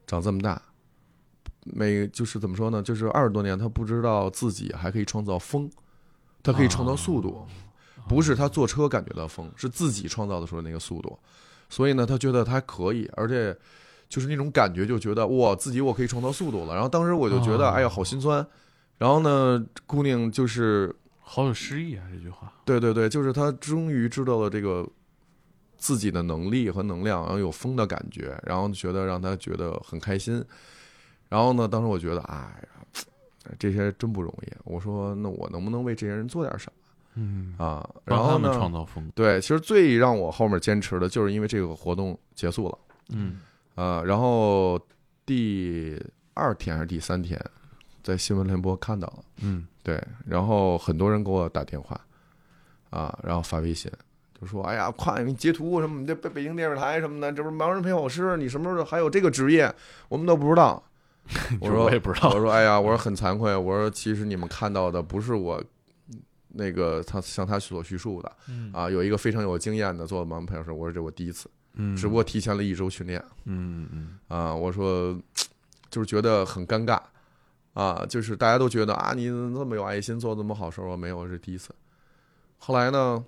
长这么大，每就是怎么说呢？就是二十多年他不知道自己还可以创造风，他可以创造速度，不是他坐车感觉到风，是自己创造的时候那个速度。所以呢，他觉得他还可以，而且就是那种感觉，就觉得哇，自己我可以创造速度了。然后当时我就觉得，
哦
哎呀，好心酸。然后呢，姑娘就是
好有诗意啊这句话，
对对对，就是他终于知道了这个自己的能力和能量，然后有风的感觉，然后觉得让他觉得很开心。然后呢，当时我觉得，哎呀，这些真不容易。我说，那我能不能为这些人做点什
嗯，
么啊？然
帮他
后
们创
呢，
造风，
对，其实最让我后面坚持的就是因为这个活动结束了，
嗯
啊，然后第二天还是第三天，在新闻联播看到了。
嗯
对，然后很多人给我打电话，啊，然后发微信，就说：“哎呀，快你截图什么，你这北北京电视台什么的，这不是盲人陪跑师，你什么时候还有这个职业？我们都不 知道。”我
这
说：“
嗯我也不知道
我说：“哎呀，我说很惭愧，我说其实你们看到的不是我。”那个他像他所叙述的
嗯
啊，有一个非常有经验的做盲人陪跑师，我说这我第一次，
嗯，
只不过提前了一周训练，
嗯嗯
啊，我说就是觉得很尴尬啊，就是大家都觉得啊，你那么有爱心，做这么好事儿，我没有，我是第一次。后来呢，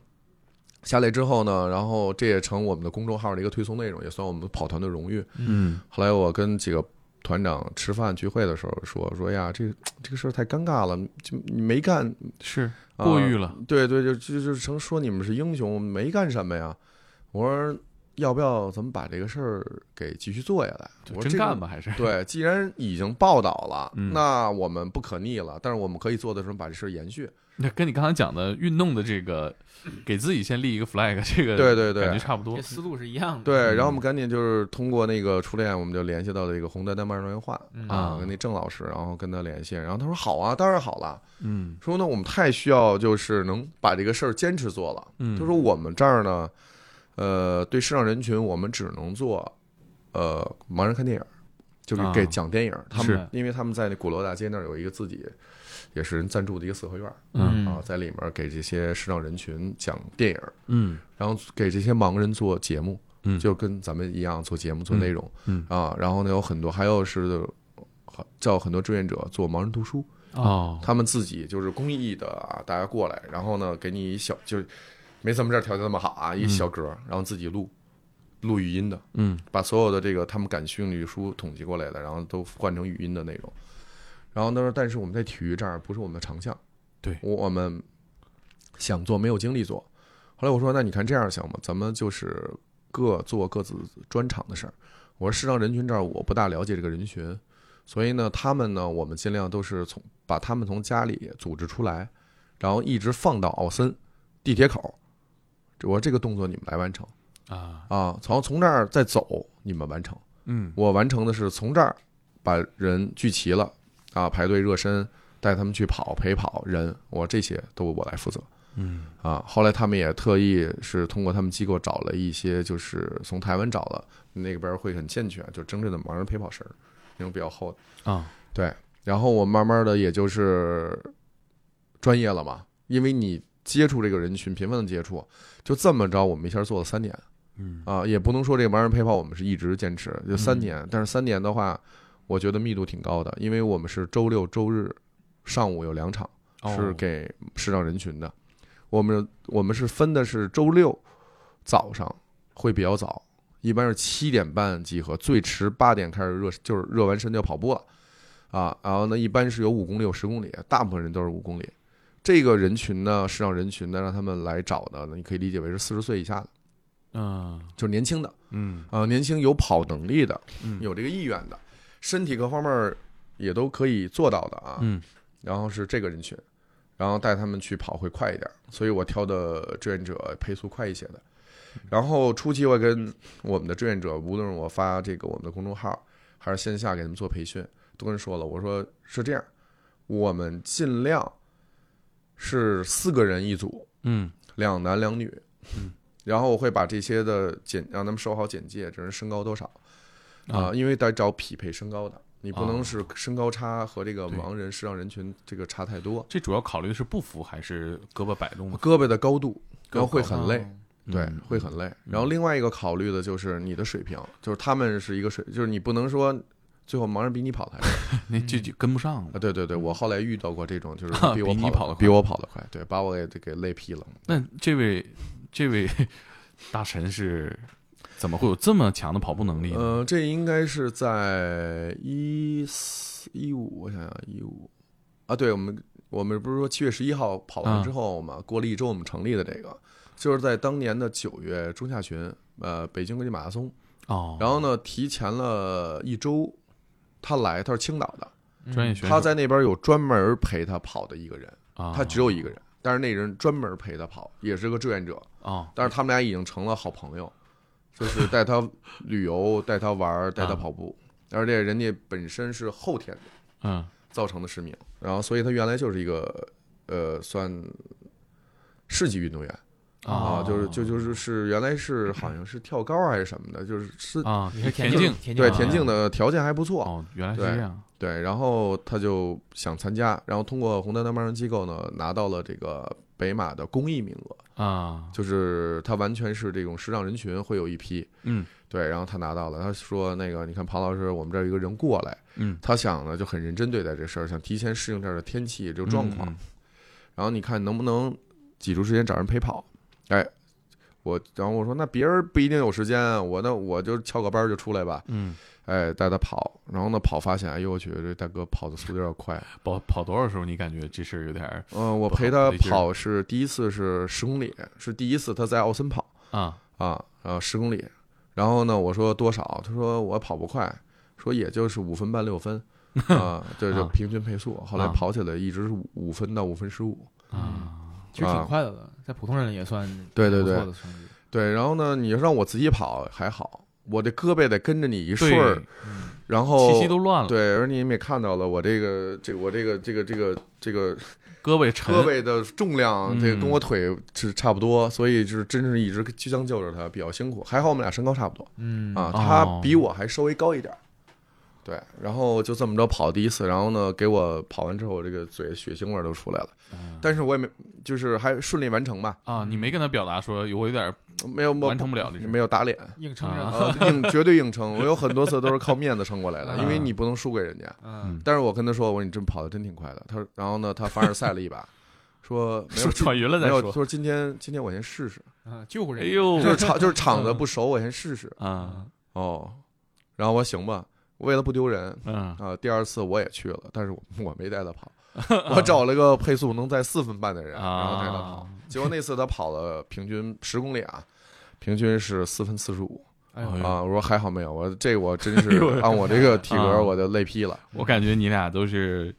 下来之后呢，然后这也成我们的公众号的一个推送内容，也算我们跑团的荣誉。
嗯
后来我跟几个团长吃饭聚会的时候说说哎呀，这这个事儿太尴尬了，就你没干，
嗯，是
啊
过誉了，
对对，就就就成说你们是英雄，没干什么呀。我说要不要咱们把这个事儿给继续做下来？
就
我说
真
这个
干吧还是，
对，既然已经报道了，
嗯
那我们不可逆了，但是我们可以做的是把这事儿延续。
那跟你刚才讲的运动的这个，给自己先立一个 flag，这个
对对对
感觉差不多
这，思路是一样的。
对，然后我们赶紧就是通过那个初恋，我们就联系到了一个红丹丹漫人画
嗯
啊
跟那郑老师，然后跟他联系，然后他说好啊，当然好了，
嗯
说那我们太需要就是能把这个事儿坚持做了。
嗯，
他说我们这儿呢，呃，对视障人群，我们只能做呃盲人看电影儿，就是
啊
给讲电影儿。他
是
们因为他们在那鼓楼大街那儿有一个自己也是人赞助的一个四合院儿。
嗯
啊，在里面给这些视障人群讲电影，
嗯
然后给这些盲人做节目，
嗯
就跟咱们一样做节目做内容，
嗯
啊，然后呢有很多，还有是呃叫很多志愿者做盲人读书，
哦，
他们自己就是公益的啊，大家过来，然后呢给你一小就是没咱们这儿条件那么好啊，一小格，然后自己录录语音的，
嗯
把所有的这个他们感兴趣的书统计过来的，然后都换成语音的内容。然后他说，但是我们在体育这儿不是我们的长项，
对
我我们想做没有精力做。后来我说，那你看这样行吗？咱们就是各做各自专场的事儿。我说视障人群这儿我不大了解这个人群，所以呢，他们呢，我们尽量都是从把他们从家里组织出来，然后一直放到奥森地铁口。我说这个动作你们来完成。
啊
啊，从从这儿再走，你们完成。
嗯
我完成的是从这儿把人聚齐了啊，排队热身，带他们去跑陪跑人，我这些都我来负责
嗯
啊。后来他们也特意是通过他们机构找了一些，就是从台湾找了那边会很欠缺，就真正的盲人陪跑绳儿那种比较厚的。
啊
然后我慢慢的也就是专业了嘛，因为你接触这个人群，频繁的接触，就这么着，我们一下做了三年。
嗯
啊，也不能说这个盲人陪跑我们是一直坚持，就三
嗯
年。但是三年的话，我觉得密度挺高的，因为我们是周六周日上午有两场
哦
是给视障人群的。我们我们是分的是周六早上会比较早，一般是七点半集合，最迟八点开始热，就是热完身就要跑步了啊。然后呢，一般是有五公里、有十公里，大部分人都是五公里。这个人群呢，视障人群呢，让他们来找的，你可以理解为是四十岁以下的，
嗯
就是年轻的。
嗯
啊，年轻有跑能力的，
嗯
有这个意愿的，身体各方面儿也都可以做到的啊。
嗯
然后是这个人群，然后带他们去跑会快一点儿，所以我挑的志愿者配速快一些的。
嗯
然后初期我也跟我们的志愿者，无论是我发这个我们的公众号，还是线下给他们做培训，都跟说了，我说是这样，我们尽量是四个人一组，
嗯
两男两女，然后我会把这些的简让他们收好简介，这人身高多少啊、因为得找匹配身高的，你不能
啊
是身高差和这个
对
盲人视障人群这个差太多，
这主要考虑的是不服还是胳膊摆动呢？
胳膊的高度，然后会
哦
很累，对，
嗯
会很累。然后另外一个考虑的就是你的水平，就是他们是一个水，就是你不能说最后盲人比你跑得还快
那这就跟不上了
啊，。对对对，我后来遇到过这种，就是
比
比我
你
跑
跑
得
得
比
快
我跑得快，对，把我给给累劈了。
那这位这位 大神是怎么会有这么强的跑步能力呢？
呃，这应该是在一四一五，我想想一五啊，对我们我们不是说七月十一号跑完
啊
之后嘛，过了一周我们成立的这个，就是在当年的九月中下旬，呃，北京国际马拉松，
哦，
然后呢提前了一周，他来，他是青岛的，
嗯
专业选手
嗯他在那边有专门陪他跑的一个人，
啊，
他只有一个人，但是那人专门陪他跑，也是个志愿者，
哦
但是他们俩已经成了好朋友，就是带他旅游、带他玩儿、带
啊
他跑步，而且人家本身是后天
嗯
造成的失明，然后所以他原来就是一个呃算市级运动员
嗯
哦
啊，就是就就是是原来是好像是跳高还是什么的，就是是
啊，
你是
田
径
径，
田
对
啊
田径的条件还不错，
哦，原来是这样
对，然后他就想参加，然后通过红灯蓝盲人机构呢拿到了这个北马的公益名额，
啊，
就是他完全是这种视障人群会有一批。
嗯
对，然后他拿到了，他说那个，你看庞老师，我们这儿有一个人过来，
嗯，
他想呢就很认真对待这事儿，想提前适应这儿的天气这个状况，
嗯
然后你看能不能挤出时间找人陪跑，哎，我然后我说那别人不一定有时间啊，我那我就翘个班儿就出来吧，
嗯，
哎，带他跑，然后呢跑发现，哎呦我去，这大哥跑的速度有点快，
跑跑多少时候你感觉这事儿有点儿
嗯，我
不好
陪
不
他
对劲儿
跑是第一次是十公里，是第一次他在奥森跑，
啊
啊，呃，十公里。然后呢，我说多少？他说我跑不快，说也就是五分半 六分啊，这就
啊
平均配速。后来
啊
跑起来一直是五五分到五分十五。嗯
啊
其实挺快的了，在普通人也算
对对
不错
对
的成绩。
对，然后呢，你让我自己跑还好，我这胳膊得跟着你一顺
对，
儿，
嗯
然后
气息都乱了，
对，而你们也看到了，我这个这我这个这个这个这个
胳膊也沉，
胳膊的重量，
嗯
这个跟我腿是差不多，所以就是真是一直将就着他，比较辛苦。还好我们俩身高差不多。
嗯
啊，
哦
他比我还稍微高一点儿。对，然后就这么着跑第一次，然后呢，给我跑完之后，我这个嘴血腥味儿都出来了，
嗯
但是我也没，就是还顺利完成吧，
啊，你没跟他表达说我有点儿
没有
完成不了这事儿
没有 打脸，
硬撑
啊
着，
呃硬绝对硬撑，我有很多次都是靠面子撑过 来的，因为你不能输给人家。
嗯，
但是我跟他说，我说你真跑的真挺快的，他说，然后呢，他凡尔赛了一把，说没
说
有今
喘匀了
没
再
有，
说，
说今天今天我先 试试，
啊，救护
哎
人，，嗯
呦
就是场就是场
嗯
子不熟，我先试试
啊
哦，然后我说行吧，为了不丢人，
嗯
啊，第二次我也去了，但是我我没带 他跑，我找了个配速能在四分半的人，然后带他跑。
啊，
结果那次他跑了平均十公里啊，平均是四分四十五
哎呦
哎呦
啊。我说还好没有，我这 我真是
哎呦
按我这个体格
啊
我就累劈 了。
我感觉你俩都是，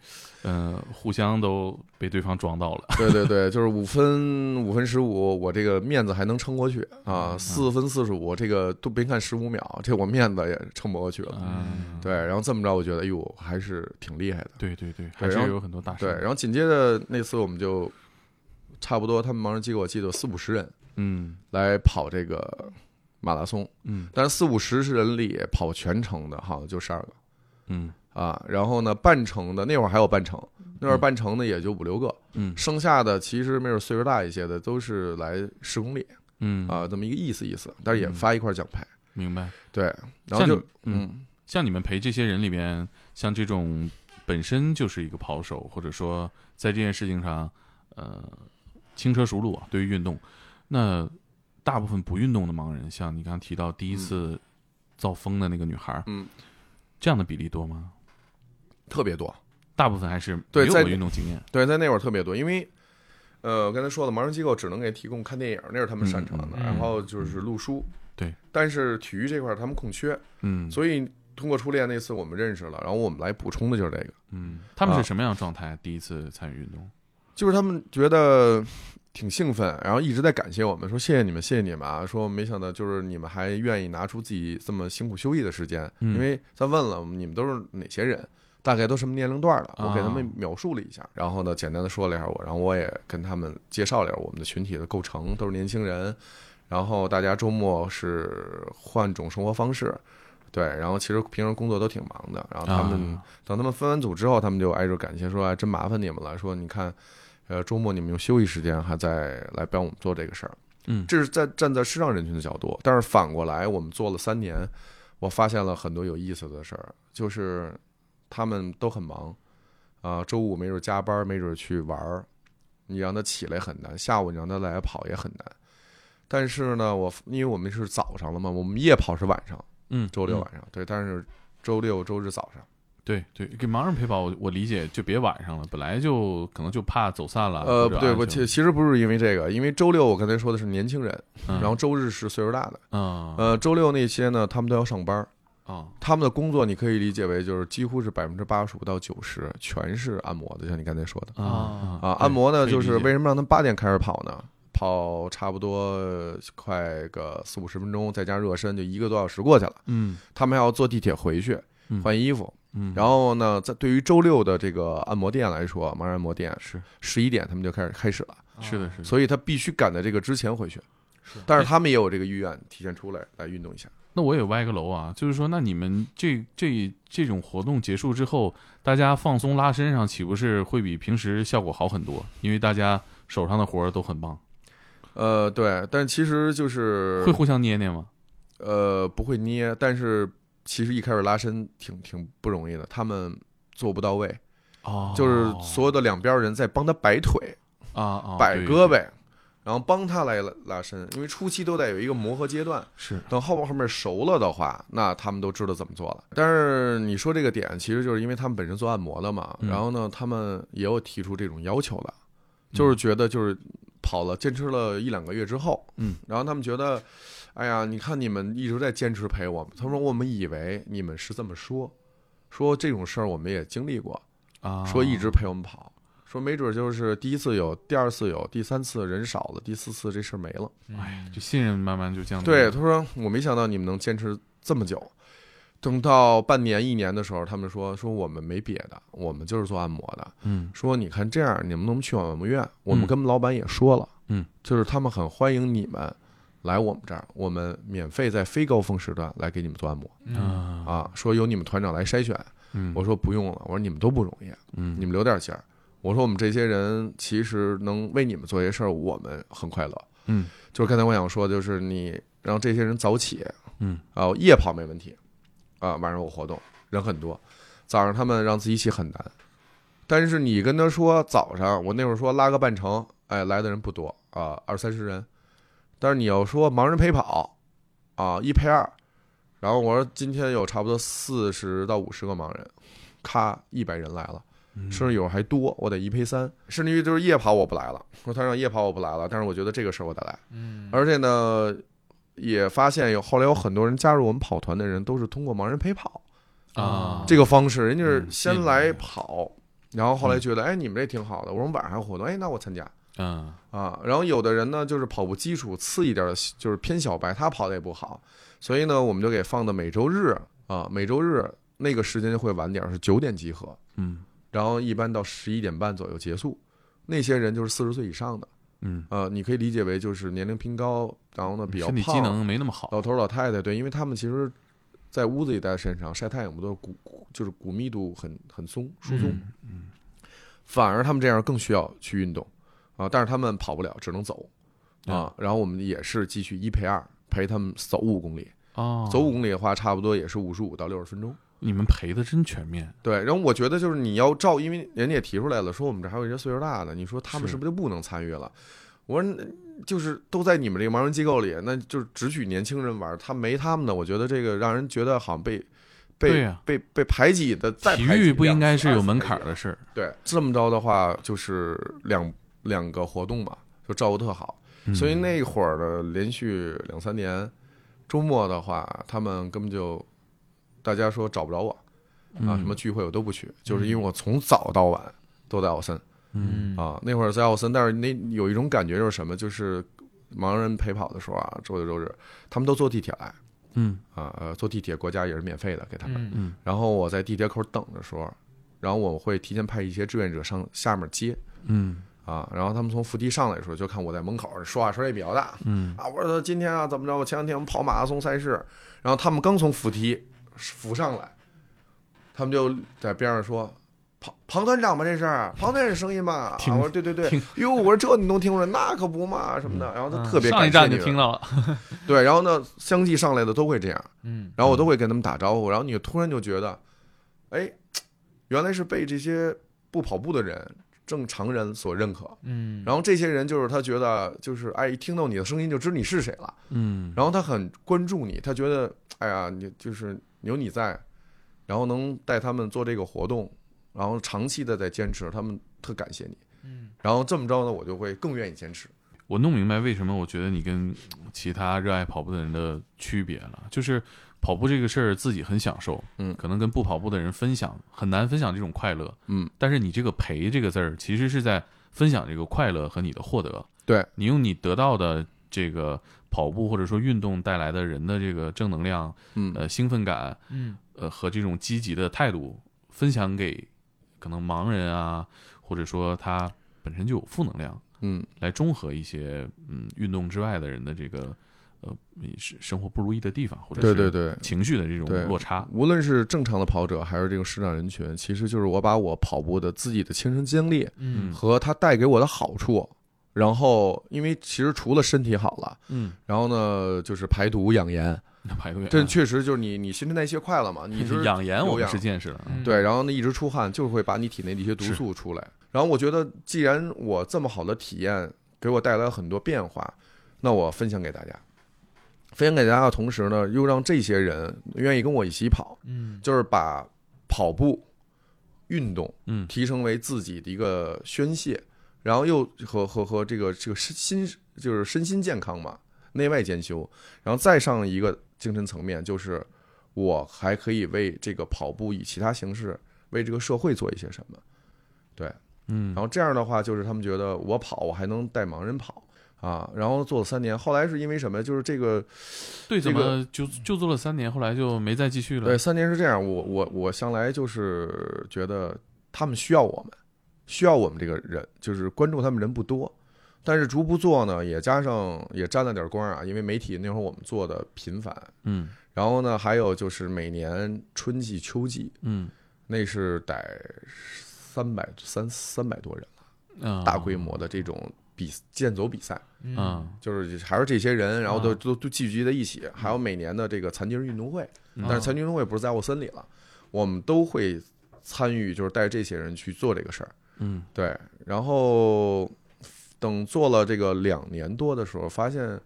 嗯，互相都被对方撞到了，
对对对，就是五分五分十五，我这个面子还能撑过去啊。
嗯
四分四十五，这个都别看十五秒，这我面子也撑不过去了。
嗯，
对，然后这么着，我觉得哎呦，我还是挺厉害的。
对对对，啊还是
然后
有很多大神
对，，然后紧接着那次我们就差不多，他们盲人机构我记得有四五十人
嗯
来跑这个马拉松，
嗯
但是四五十人里跑全程的好像就十二个
嗯
啊，然后呢半程的那会儿还有半程，那会儿半程的也就五六个，
嗯
剩下的其实没准岁数大一些的都是来十公里
嗯，
啊，这么一个意思意思，但是也
嗯
发一块奖牌，
明白。
对，然后
像
就嗯
你嗯，像你们陪这些人里边，像这种本身就是一个跑手，或者说在这件事情上，呃，轻车熟路啊。对于运动，那大部分不运动的盲人，像你刚刚提到第一次造风的那个女孩，
嗯，
这样的比例多吗？
特别多。
大部分还是没
对
有
在
过运动经验，
对，在那会儿特别多，因为，呃，我刚才说了，盲人机构只能给提供看电影，那是他们擅长的，
嗯嗯
然后就是录书，
对。
但是体育这块儿他们空缺，
嗯
所以通过初恋那次我们认识了，然后我们来补充的就是这个，
嗯，他们是
啊
什么样的状态？第一次参与运动，
就是他们觉得挺兴奋，然后一直在感谢我们，说谢谢你们，谢谢你们啊，说没想到就是你们还愿意拿出自己这么辛苦休息的时间，
嗯
因为他问了你们都是哪些人。大概都什么年龄段了？我给他们
啊
描述了一下，然后呢，简单的说了一下我，然后我也跟他们介绍了一下我们的群体的构成，都是年轻人，然后大家周末是换种生活方式，对，然后其实平时工作都挺忙的，然后他们
啊
等他们分完组之后，他们就挨着感谢说：“哎，真麻烦你们了。”说你看，呃，周末你们用休息时间还在来帮我们做这个事儿。
嗯
这是在站在视障人群的角度，但是反过来，我们做了三年，我发现了很多有意思的事儿，就是他们都很忙，啊、周五没准加班，没准去玩儿，你让他起来很难，下午你让他来跑也很难。但是呢，我因为我们是早上了嘛，我们夜跑是晚上，
嗯，
周六
嗯
啊晚上，对，但是周六周日早上。
对对，给盲人陪跑，我我理解就别晚上了，本来就可能就怕走散了。
呃，
啊或者
不对，
安
我
全
其其实不是因为这个，因为周六我刚才说的是年轻人，
嗯
然后周日是岁数大的。
嗯
呃，周六那些呢，他们都要上班儿，
啊
他们的工作你可以理解为就是几乎是百分之八十五到九十全是按摩的，像你刚才说的
啊啊
啊，按摩呢
可以理
就是
解
为什么让他们八点开始跑呢？跑差不多快个四五十分钟，再加热身就一个多小时过去了。
嗯
他们还要坐地铁回去
嗯
换衣服，
嗯，
然后呢，在对于周六的这个按摩店来说，盲人按摩店
是
十一点他们就开始开始了。
啊是的，是
啊
的。
所以他必须赶在这个之前回去
是。
但是他们也有这个意愿提前出来来运动一下。
那我也歪个楼啊，就是说，那你们这这这种活动结束之后，大家放松拉伸上，岂不是会比平时效果好很多？因为大家手上的活儿都很棒，
呃，对，但其实就是
会互相捏捏吗？
呃不会捏，但是其实一开始拉伸挺挺不容易的，他们做不到位，
哦
就是所有的两边人在帮他摆腿、
啊啊
摆
对
胳膊，然后帮他来拉拉伸，因为初期都得有一个磨合阶段。
是
等后后面熟了的话，那他们都知道怎么做了。但是你说这个点，其实就是因为他们本身做按摩的嘛，
嗯
然后呢，他们也有提出这种要求的，就是觉得就是跑了坚持了一两个月之后，
嗯，
然后他们觉得，哎呀，你看你们一直在坚持陪我们，他们说我们以为你们是这么说，说这种事儿我们也经历过，
啊，
说一直陪我们跑。说没准就是第一次有，第二次有，第三次人少了，第四次这事儿没了。
哎，就信任慢慢就降低。
嗯对，，他说我没想到你们能坚持这么久。等到半年、一年的时候，他们说说我们没别的，我们就是做按摩的。
嗯
说你看这样，你们能不能去我们院？我
嗯
们跟老板也说了，
嗯，
就是他们很欢迎你们来我们这儿，我们免费在非高峰时段来给你们做按摩
嗯
啊，
啊。说由你们团长来筛选。
嗯，
我说不用了，我说你们都不容易，
嗯
你们留点劲儿。我说我们这些人其实能为你们做些事儿，我们很快乐。
嗯
就是刚才我想说，就是你让这些人早起，
嗯
啊、夜跑没问题，啊、晚上有活动，人很多，早上他们让自己起很难，但是你跟他说早上，我那会儿说拉个半程，哎，来的人不多啊、二三十人，但是你要说盲人陪跑，啊、一陪二，然后我说今天有差不多四十到五十个盲人，咔，一百人来了。
嗯，
甚至有时候还多，我得一赔三，甚至于就是夜跑我不来了，说他让夜跑我不来了，但是我觉得这个事儿我得来，
嗯，
而且呢，也发现有后来有很多人加入我们跑团的人都是通过盲人陪跑
啊，
这个方式，人家是
嗯
先来跑，然后后来觉得哎你们这挺好的，我们晚上还有活动，哎那我参加
嗯
啊，然后有的人呢就是跑步基础次一点的，就是偏小白，他跑的也不好，所以呢我们就给放的每周日啊，每周日那个时间就会晚点儿，是九点集合，
嗯
然后一般到十一点半左右结束。那些人就是四十岁以上的，
嗯，
呃，你可以理解为就是年龄偏高，然后呢比较
身体机
胖，
能没那么好，
老头儿老太太，对，因为他们其实，在屋子里待的时间长，晒太阳不都是骨骨就是骨密度很很松疏松，
嗯嗯
反而他们这样更需要去运动啊、但是他们跑不了，只能走啊、然后我们也是继续一陪二陪他们走五公里，
哦，
走五公里的话，差不多也是五十五到六十分钟
你们赔的真全面，
对，然后我觉得就是你要照，因为人家也提出来了，说我们这还有一些岁数大的，你说他们
是
是不是就不能参与了？我说那就是都在你们这个盲人机构里，那就是只许年轻人玩，他没他们的，我觉得这个让人觉得好像被
对
被、
呀
被被排挤的。再
体
排挤
育不
两啊
应该
次
是有
二次
门
排
槛
挤
的事儿，
对，这么着的话，就是两两个活动嘛，就照顾特好。
嗯
所以那会儿的连续两三年，周末的话，他们根本就大家说找不着我
嗯
啊，什么聚会我都不去，就是因为我从早到晚都在奥森
嗯
啊。那会儿在奥森，但是那有一种感觉就是什么，就是盲人陪跑的时候啊，周六周日他们都坐地铁来
嗯
啊，呃，坐地铁国家也是免费的给他们。
嗯
嗯
然后我在地铁口等的时候，然后我会提前派一些志愿者上下面接
嗯
啊，然后他们从扶梯上来的时候，就看我在门口说话声也比较大
嗯
啊，我说今天啊怎么着，我前两天我们跑马拉松赛事，然后他们刚从扶梯扶上来，他们就在边上说。庞庞团长吗？这是庞团长声音吗？啊，
听
我说对对对
听，
哟，我说这你都听出来，那可不嘛什么的。然后他特
嗯
别
嗯上一
感谢
站
你
就
们
听到了，
对，然后呢，相继上来的都会这样，
嗯，
然后我都会跟他们打招呼，然后你突然就觉得，哎，原来是被这些不跑步的人、正常人所认可。
嗯，
然后这些人就是他觉得就是哎，一听到你的声音就知你是谁了，
嗯，
然后他很关注你，他觉得哎呀，你就是有你在，然后能带他们做这个活动，然后长期的在坚持，他们特感谢你。
嗯，
然后这么着呢，我就会更愿意坚持。
我弄明白为什么我觉得你跟其他热爱跑步的人的区别了，就是跑步这个事儿自己很享受，
嗯
可能跟不跑步的人分享很难分享这种快乐，
嗯，
但是你这个陪这个字儿其实是在分享这个快乐和你的获得，
对
你用你得到的这个跑步或者说运动带来的人的这个正能量，
嗯
呃，兴奋感，
嗯，
呃和这种积极的态度分享给可能盲人啊，或者说他本身就有负能量，
嗯，
来中和一些嗯运动之外的人的这个呃生生活不如意的地方，或者
对对
是
对，
情绪的这种
对
落差。
无论是正常的跑者，还是这个视障人群，其实就是我把我跑步的自己的亲身经历
嗯，
和它带给我的好处，然后因为其实除了身体好了，
嗯，
然后呢就是排毒养颜，
那排队
这确实就是你你新陈代谢快了嘛， 你是
养颜我
有
们
氧
是见识了，
嗯
对，然后呢一直出汗，就是会把你体内的一些毒
是
素出来。然后我觉得，既然我这么好的体验给我带来了很多变化，那我分享给大家。分享给大家的同时呢，又让这些人愿意跟我一起跑，
嗯，
就是把跑步运动，
嗯
提升为自己的一个宣泄，然后又和和和这个这个身心就是身心健康嘛，内外兼修，然后再上一个精神层面，就是我还可以为这个跑步以其他形式为这个社会做一些什么，对，
嗯
然后这样的话，就是他们觉得我跑，我还能带盲人跑。啊，然后做了三年，后来是因为什么？就是这个，
对，
这
怎
个
么就就做了三年，后来就没再继续
对，
了？
三年是这样，我我我向来就是觉得他们需要我们，需要我们这个人，就是关注他们人不多，但是逐步做呢，也加上也沾了点光啊，因为媒体那会儿我们做的频繁，
嗯
然后呢，还有就是每年春季、秋季，
嗯
那是得三百三三百多人了，
啊，
大规模的这种比健走比赛，
嗯
啊，
就是还是这些人，然后都
啊
都都聚集在一起，还有每年的这个残疾人运动会。
嗯
但是残疾运动会不是在沃森里了，我们都会参与，就是带这些人去做这个事儿。
嗯
对，然后等做了这个两年多的时候，发现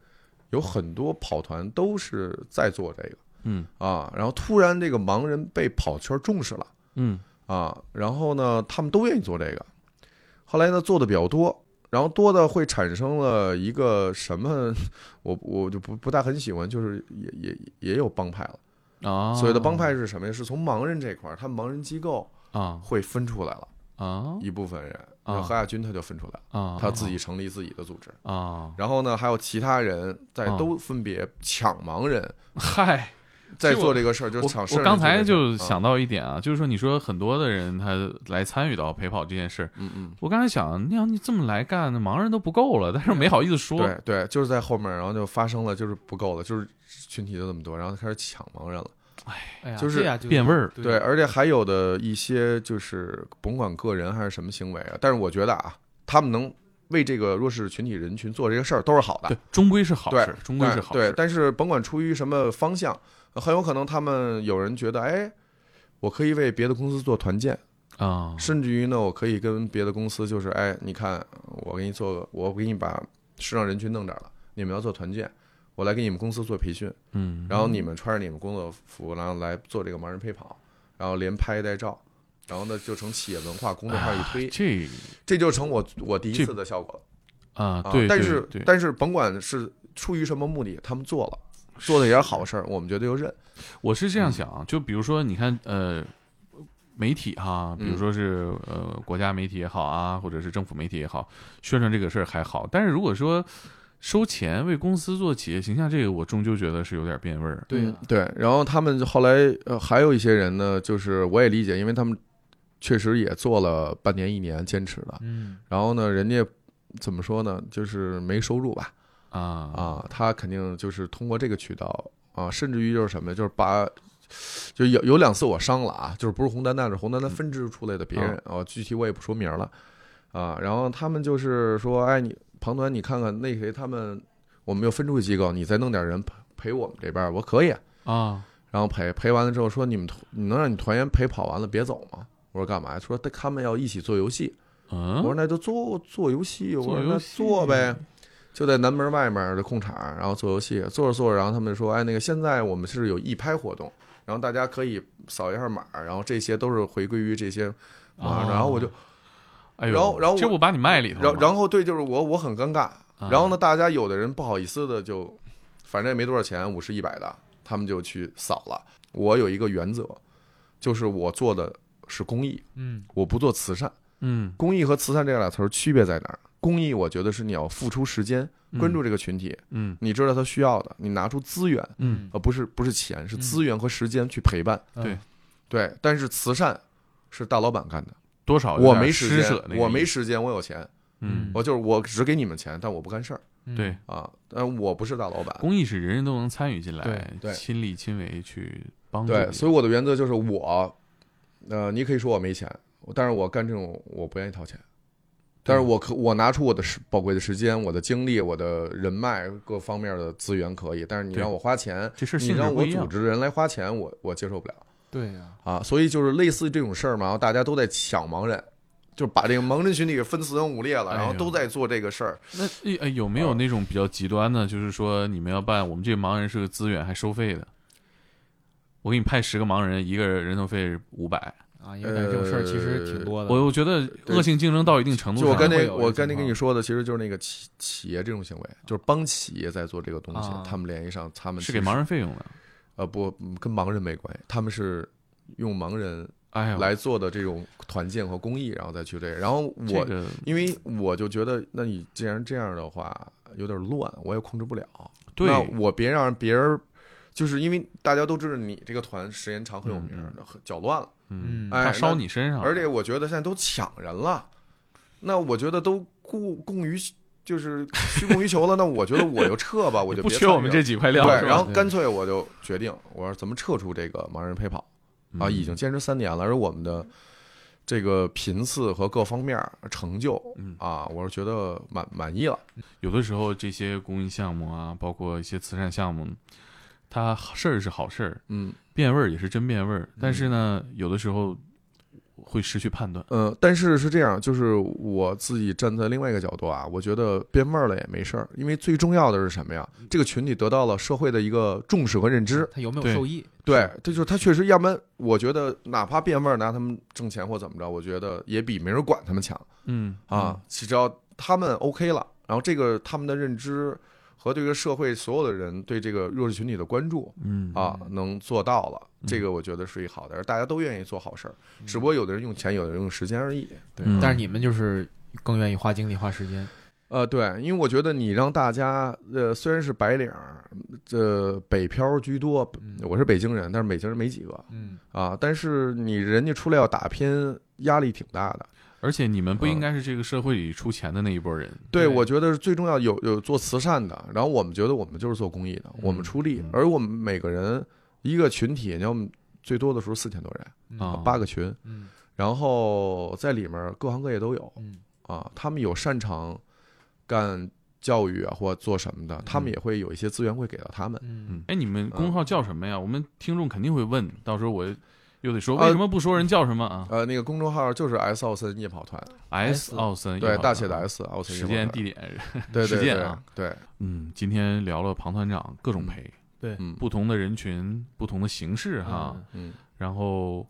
有很多跑团都是在做这个
嗯
啊，然后突然这个盲人被跑圈重视了
嗯
啊，然后呢，他们都愿意做这个。后来呢，做的比较多，然后多的会产生了一个什么， 我我就不不大很喜欢，就是也也也有帮派了。
啊，
嗯所谓的帮派是什么呀？是从盲人这块儿，他们盲人机构
啊
会分出来了
啊
一部分人，
啊
何亚军他就分出来了，
啊，
他自己成立自己的组织。
啊，
然后呢，还有其他人在
啊
都分别抢盲人，
嗨。
在
其实我
做这嗯个事儿，就是
我
抢。
我刚才就，想到一点啊，就是说，你说很多的人他来参与到陪跑这件事儿，
嗯嗯，
我刚才想，那要你这么来干，那盲人都不够了，但是没好意思说。
对对，就是在后面，然后就发生了，就是不够了，就是群体就这么多，然后开始抢盲人了。
哎呀，
就是
这样就
变味儿
对，，而且还有的一些就是甭管个人还是什么行为啊，但是我觉得啊，他们能为这个弱势群体人群做这个事儿都是好的
对。，终归是好
对
事，，终归是
但
好
对，
事。
但是甭管出于什么方向，很有可能他们有人觉得，哎，我可以为别的公司做团建，
啊，
甚至于呢，我可以跟别的公司就是，哎，你看，我给你做，我给你把视障人群弄这儿了，你们要做团建，我来给你们公司做培训，
嗯，
然后你们穿着你们工作服，然后来做这个盲人陪跑，然后连拍带照，然后呢就成企业文化公众号一推，
啊哎这
这就成我我第一
这
次的效果了
啊，
啊
对，！
但
对
是
对，
但是甭管是出于什么目的，他们做了，做的也是好事儿，我们觉得就认。
我是这
嗯
样想啊，就比如说，你看，呃，媒体哈，比如
嗯
说是呃国家媒体也好啊，或者是政府媒体也好，宣传这个事儿还好，但是如果说收钱为公司做企业形象，这个我终究觉得是有点变味儿。
对
嗯对，然后他们就后来呃还有一些人呢，就是我也理解，因为他们确实也做了半年一年坚持的，
嗯，
然后呢，人家怎么说呢，就是没收入吧，
啊
啊，他肯定就是通过这个渠道啊，甚至于就是什么呀，就是把。就有有两次我伤了啊，就是不是红丹丹，是红丹丹分支出来的别人啊、哦具体我也不说名了啊。然后他们就是说，哎，你庞团，你看看那谁他们，我们又分出去机构，你再弄点人陪陪我们这边儿，我可以啊
啊
然后陪陪完了之后说你们团你能让你团员陪跑完了别走吗？我说干嘛呀？说他他们要一起做游戏。我
嗯
说那就做做游戏，我
做
说
游
那
戏
做呗，就在南门外面的空场，然后做游戏，做着做着，然后他们说，哎，那个现在我们是有义拍活动，然后大家可以扫一下码，然后这些都是回归于这些码，
啊
然后我就，
哎呦，
然后然后我
这不把你卖里头
然
了
后
吗？
然后对，就是我我很尴尬，
啊
然后呢，大家有的人不好意思的就，反正也没多少钱，五十一百的，他们就去扫了。我有一个原则，就是我做的是公益，
嗯，
我不做慈善。
嗯，
公益和慈善这俩词儿区别在哪儿？公益我觉得是你要付出时间，
嗯
关注这个群体，
嗯
你知道他需要的，你拿出资源，
嗯
呃，不是不是钱，是资源和时间去陪伴。
嗯
对
对，但是慈善是大老板干的，
多少哦有
我
点
没时
施
间
舍那，个
我没
意思
时间，我有钱，
嗯
我就是我只给你们钱，但我不干事儿
嗯
对，
啊，但我不是大老板。
公益是人人都能参与进来
对，
对
亲力亲为去帮助别人。
对，所以我的原则就是我，呃，你可以说我没钱，但是我干这种我不愿意掏钱，但是
嗯
我可我拿出我的时宝贵的时间、我的精力、我的人脉各方面的资源可以，但是你
对
让我花钱，
这事儿
你
性质
让
不
我
一样
组织人来花钱，我我接受不了
对呀，
啊。所以就是类似于这种事儿嘛，然后大家都在抢盲人，就把这个盲人群体给分四分五裂了，
哎呦
然后都在做这个事儿。
那诶哎，有没
啊
有那种比较极端的？就是说，你们要办我们这个盲人是个资源，还收费的。我给你派十个盲人，一个人头费五百。
啊，因为感觉这种事儿其实挺多的。
我我觉得恶性竞争到一定程度
呃
上，
就我刚
会
才
有
我
这
刚才
情
跟
况
你说的，其实就是那个企企业这种行为，就是帮企业在做这个东西
啊，
他们联系上，他们
是
其
给
实
盲人费用的。
呃，不，嗯跟盲人没关系，他们是用盲人
哎呀，
来做的这种团建和公益，然后再去这个。然后
这
我，
个
因为我就觉得，那你既然这样的话，有点乱，我也控制不了。
对
那我别让别人，就是因为大家都知道你这个团时间长很有名儿，很搅乱了，
嗯，
哎
怕烧
那
你身上。
而且我觉得现在都抢人了，那我觉得都供供于就是虚供于求了，那我觉得我就撤吧，我就
不
别
缺
参
我们
与了
这几块料。是吧嗯
对，然后干脆我就决定，我说咱们撤出这个盲人陪跑
嗯
啊，已经坚持三年了，而我们的这个频次和各方面成就
嗯
啊，我是觉得满满意了。
有的时候这些公益项目啊，包括一些慈善项目，它事儿是好事儿，
嗯
变味儿也是真变味儿。但是呢，有的时候会失去判断。
嗯，但是是这样，就是我自己站在另外一个角度啊，我觉得变味儿了也没事儿，因为最重要的是什么呀？这个群体得到了社会的一个重视和认知，
他有没
对
有受益？
对，这就是他确实，要不然我觉得哪怕变味儿拿他们挣钱或怎么着，我觉得也比没人管他们强。
嗯
啊，，只要他们 OK 了，然后这个他们的认知和对这个社会所有的人对这个弱势群体的关注
嗯
啊，能做到了，
嗯
这个我觉得是一好的，而大家都愿意做好事儿，只不过有的人用钱，有的人用时间而已。
对
嗯
但是你们就是更愿意花精力、花时间。
呃，对，因为我觉得你让大家，呃，虽然是白领儿，这北漂居多，
嗯
我是北京人，但是北京人没几个
嗯，
啊，但是你人家出来要打拼，压力挺大的。
而且你们不
嗯
应该是这个社会里出钱的那一波人。
对，
对
我觉得最重要有有做慈善的，然后我们觉得我们就是做公益的，我
嗯
们出力，而我们每个人一个群体，你看我们最多的时候四千多人，
啊
八个群，
嗯
然后在里面各行各业都
哦
有
嗯
啊，他们有擅长干教育啊或做什么的，他们
嗯
也会有一些资源会给到他们。
嗯
呃
嗯，哎，你们公号叫什么呀？我们听众肯定会问，到时候我又得说
啊
为什么不说人叫什么啊
呃，那个公众号就是 S 奥森夜跑团，
？S 奥森
对，大写的
夜
S 奥
跑团啊
森
时
夜
间、
跑团
地点，
对
时
对
间
对
啊
对，
嗯，今天聊了庞团长各种陪，
对
嗯
不同的人群，不同的形式哈，
嗯
嗯，
然后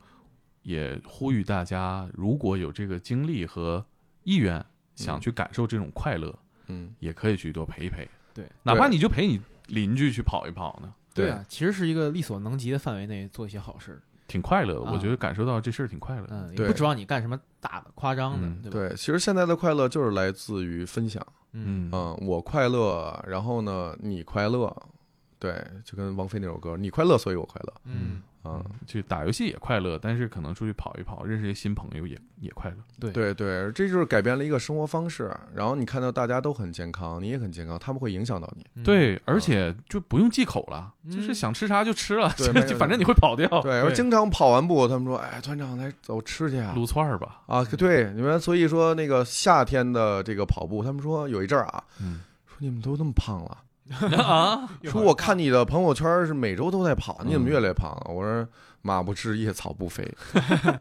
也呼吁大家，如果有这个经历和意愿，想去感受这种快乐，
嗯，
也可以去多陪一陪，
对，
哪怕你就陪你邻居去跑一跑呢，
对啊，其实是一个力所能及的范围内做一些好事，
挺快乐的。
啊
我觉得感受到这事儿挺快乐的。
嗯，也
对
不指望你干什么大的、夸张
嗯
的，对吧？
对，其实现在的快乐就是来自于分享，
嗯，
嗯，
嗯，我快乐，然后呢，你快乐，对，就跟王菲那首歌，你快乐，所以我快乐，
嗯，
嗯，
去打游戏也快乐，但是可能出去跑一跑，认识一些新朋友也也快乐。
对对，这就是改变了一个生活方式，然后你看到大家都很健康，你也很健康，他们会影响到你，
嗯，
对，而且就不用忌口了，
嗯
就是想吃啥就吃了，
对
就
没有
就反正你会跑掉。
哦对，而
对
经常跑完步，他们说，哎，团长来走吃去啊。
撸串儿吧，
啊，对，你们所以说那个夏天的这个跑步，他们说有一阵儿啊，
嗯，
说你们都那么胖了，
啊，
一会
说
儿
我看你的朋友圈是每周都在跑，你怎么
嗯
越来越胖了？我说马不吃夜草 不肥，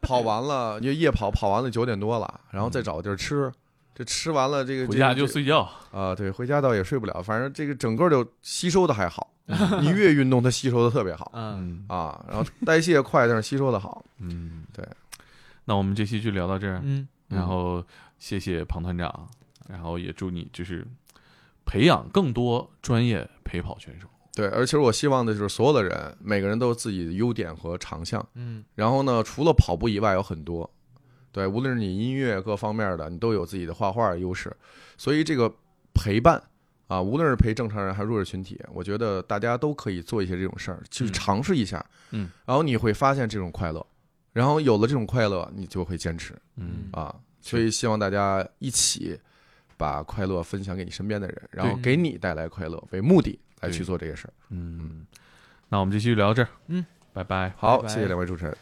跑完了就夜跑，跑完了九点多了，然后再找个地儿吃，这吃完了这个
回家
这
就
个
睡觉。
啊、对，回家倒也睡不了，反正这个整个就吸收的还好，你越运动它吸收的特别好
嗯，
嗯
啊，然后代谢快，但是吸收的好，
嗯，
对。
那我们这期就聊到这儿，
嗯，
然后谢谢庞团长，然后也祝你就是培养更多专业陪跑选手。
对，而且我希望的就是所有的人，每个人都有自己的优点和长项。
嗯，
然后呢，除了跑步以外，有很多，对，无论是你音乐各方面的，你都有自己的画画的优势。所以这个陪伴啊，无论是陪正常人还是弱势群体，我觉得大家都可以做一些这种事儿，去
嗯
尝试一下。
嗯，
然后你会发现这种快乐，然后有了这种快乐，你就会坚持
嗯，
啊。所以希望大家一起把快乐分享给你身边的人，然后给你带来快乐为目的来去
对
做这个事儿。
嗯嗯，那我们这期就聊到这儿。
嗯，
拜拜。
好，
拜拜
谢谢两位主持人。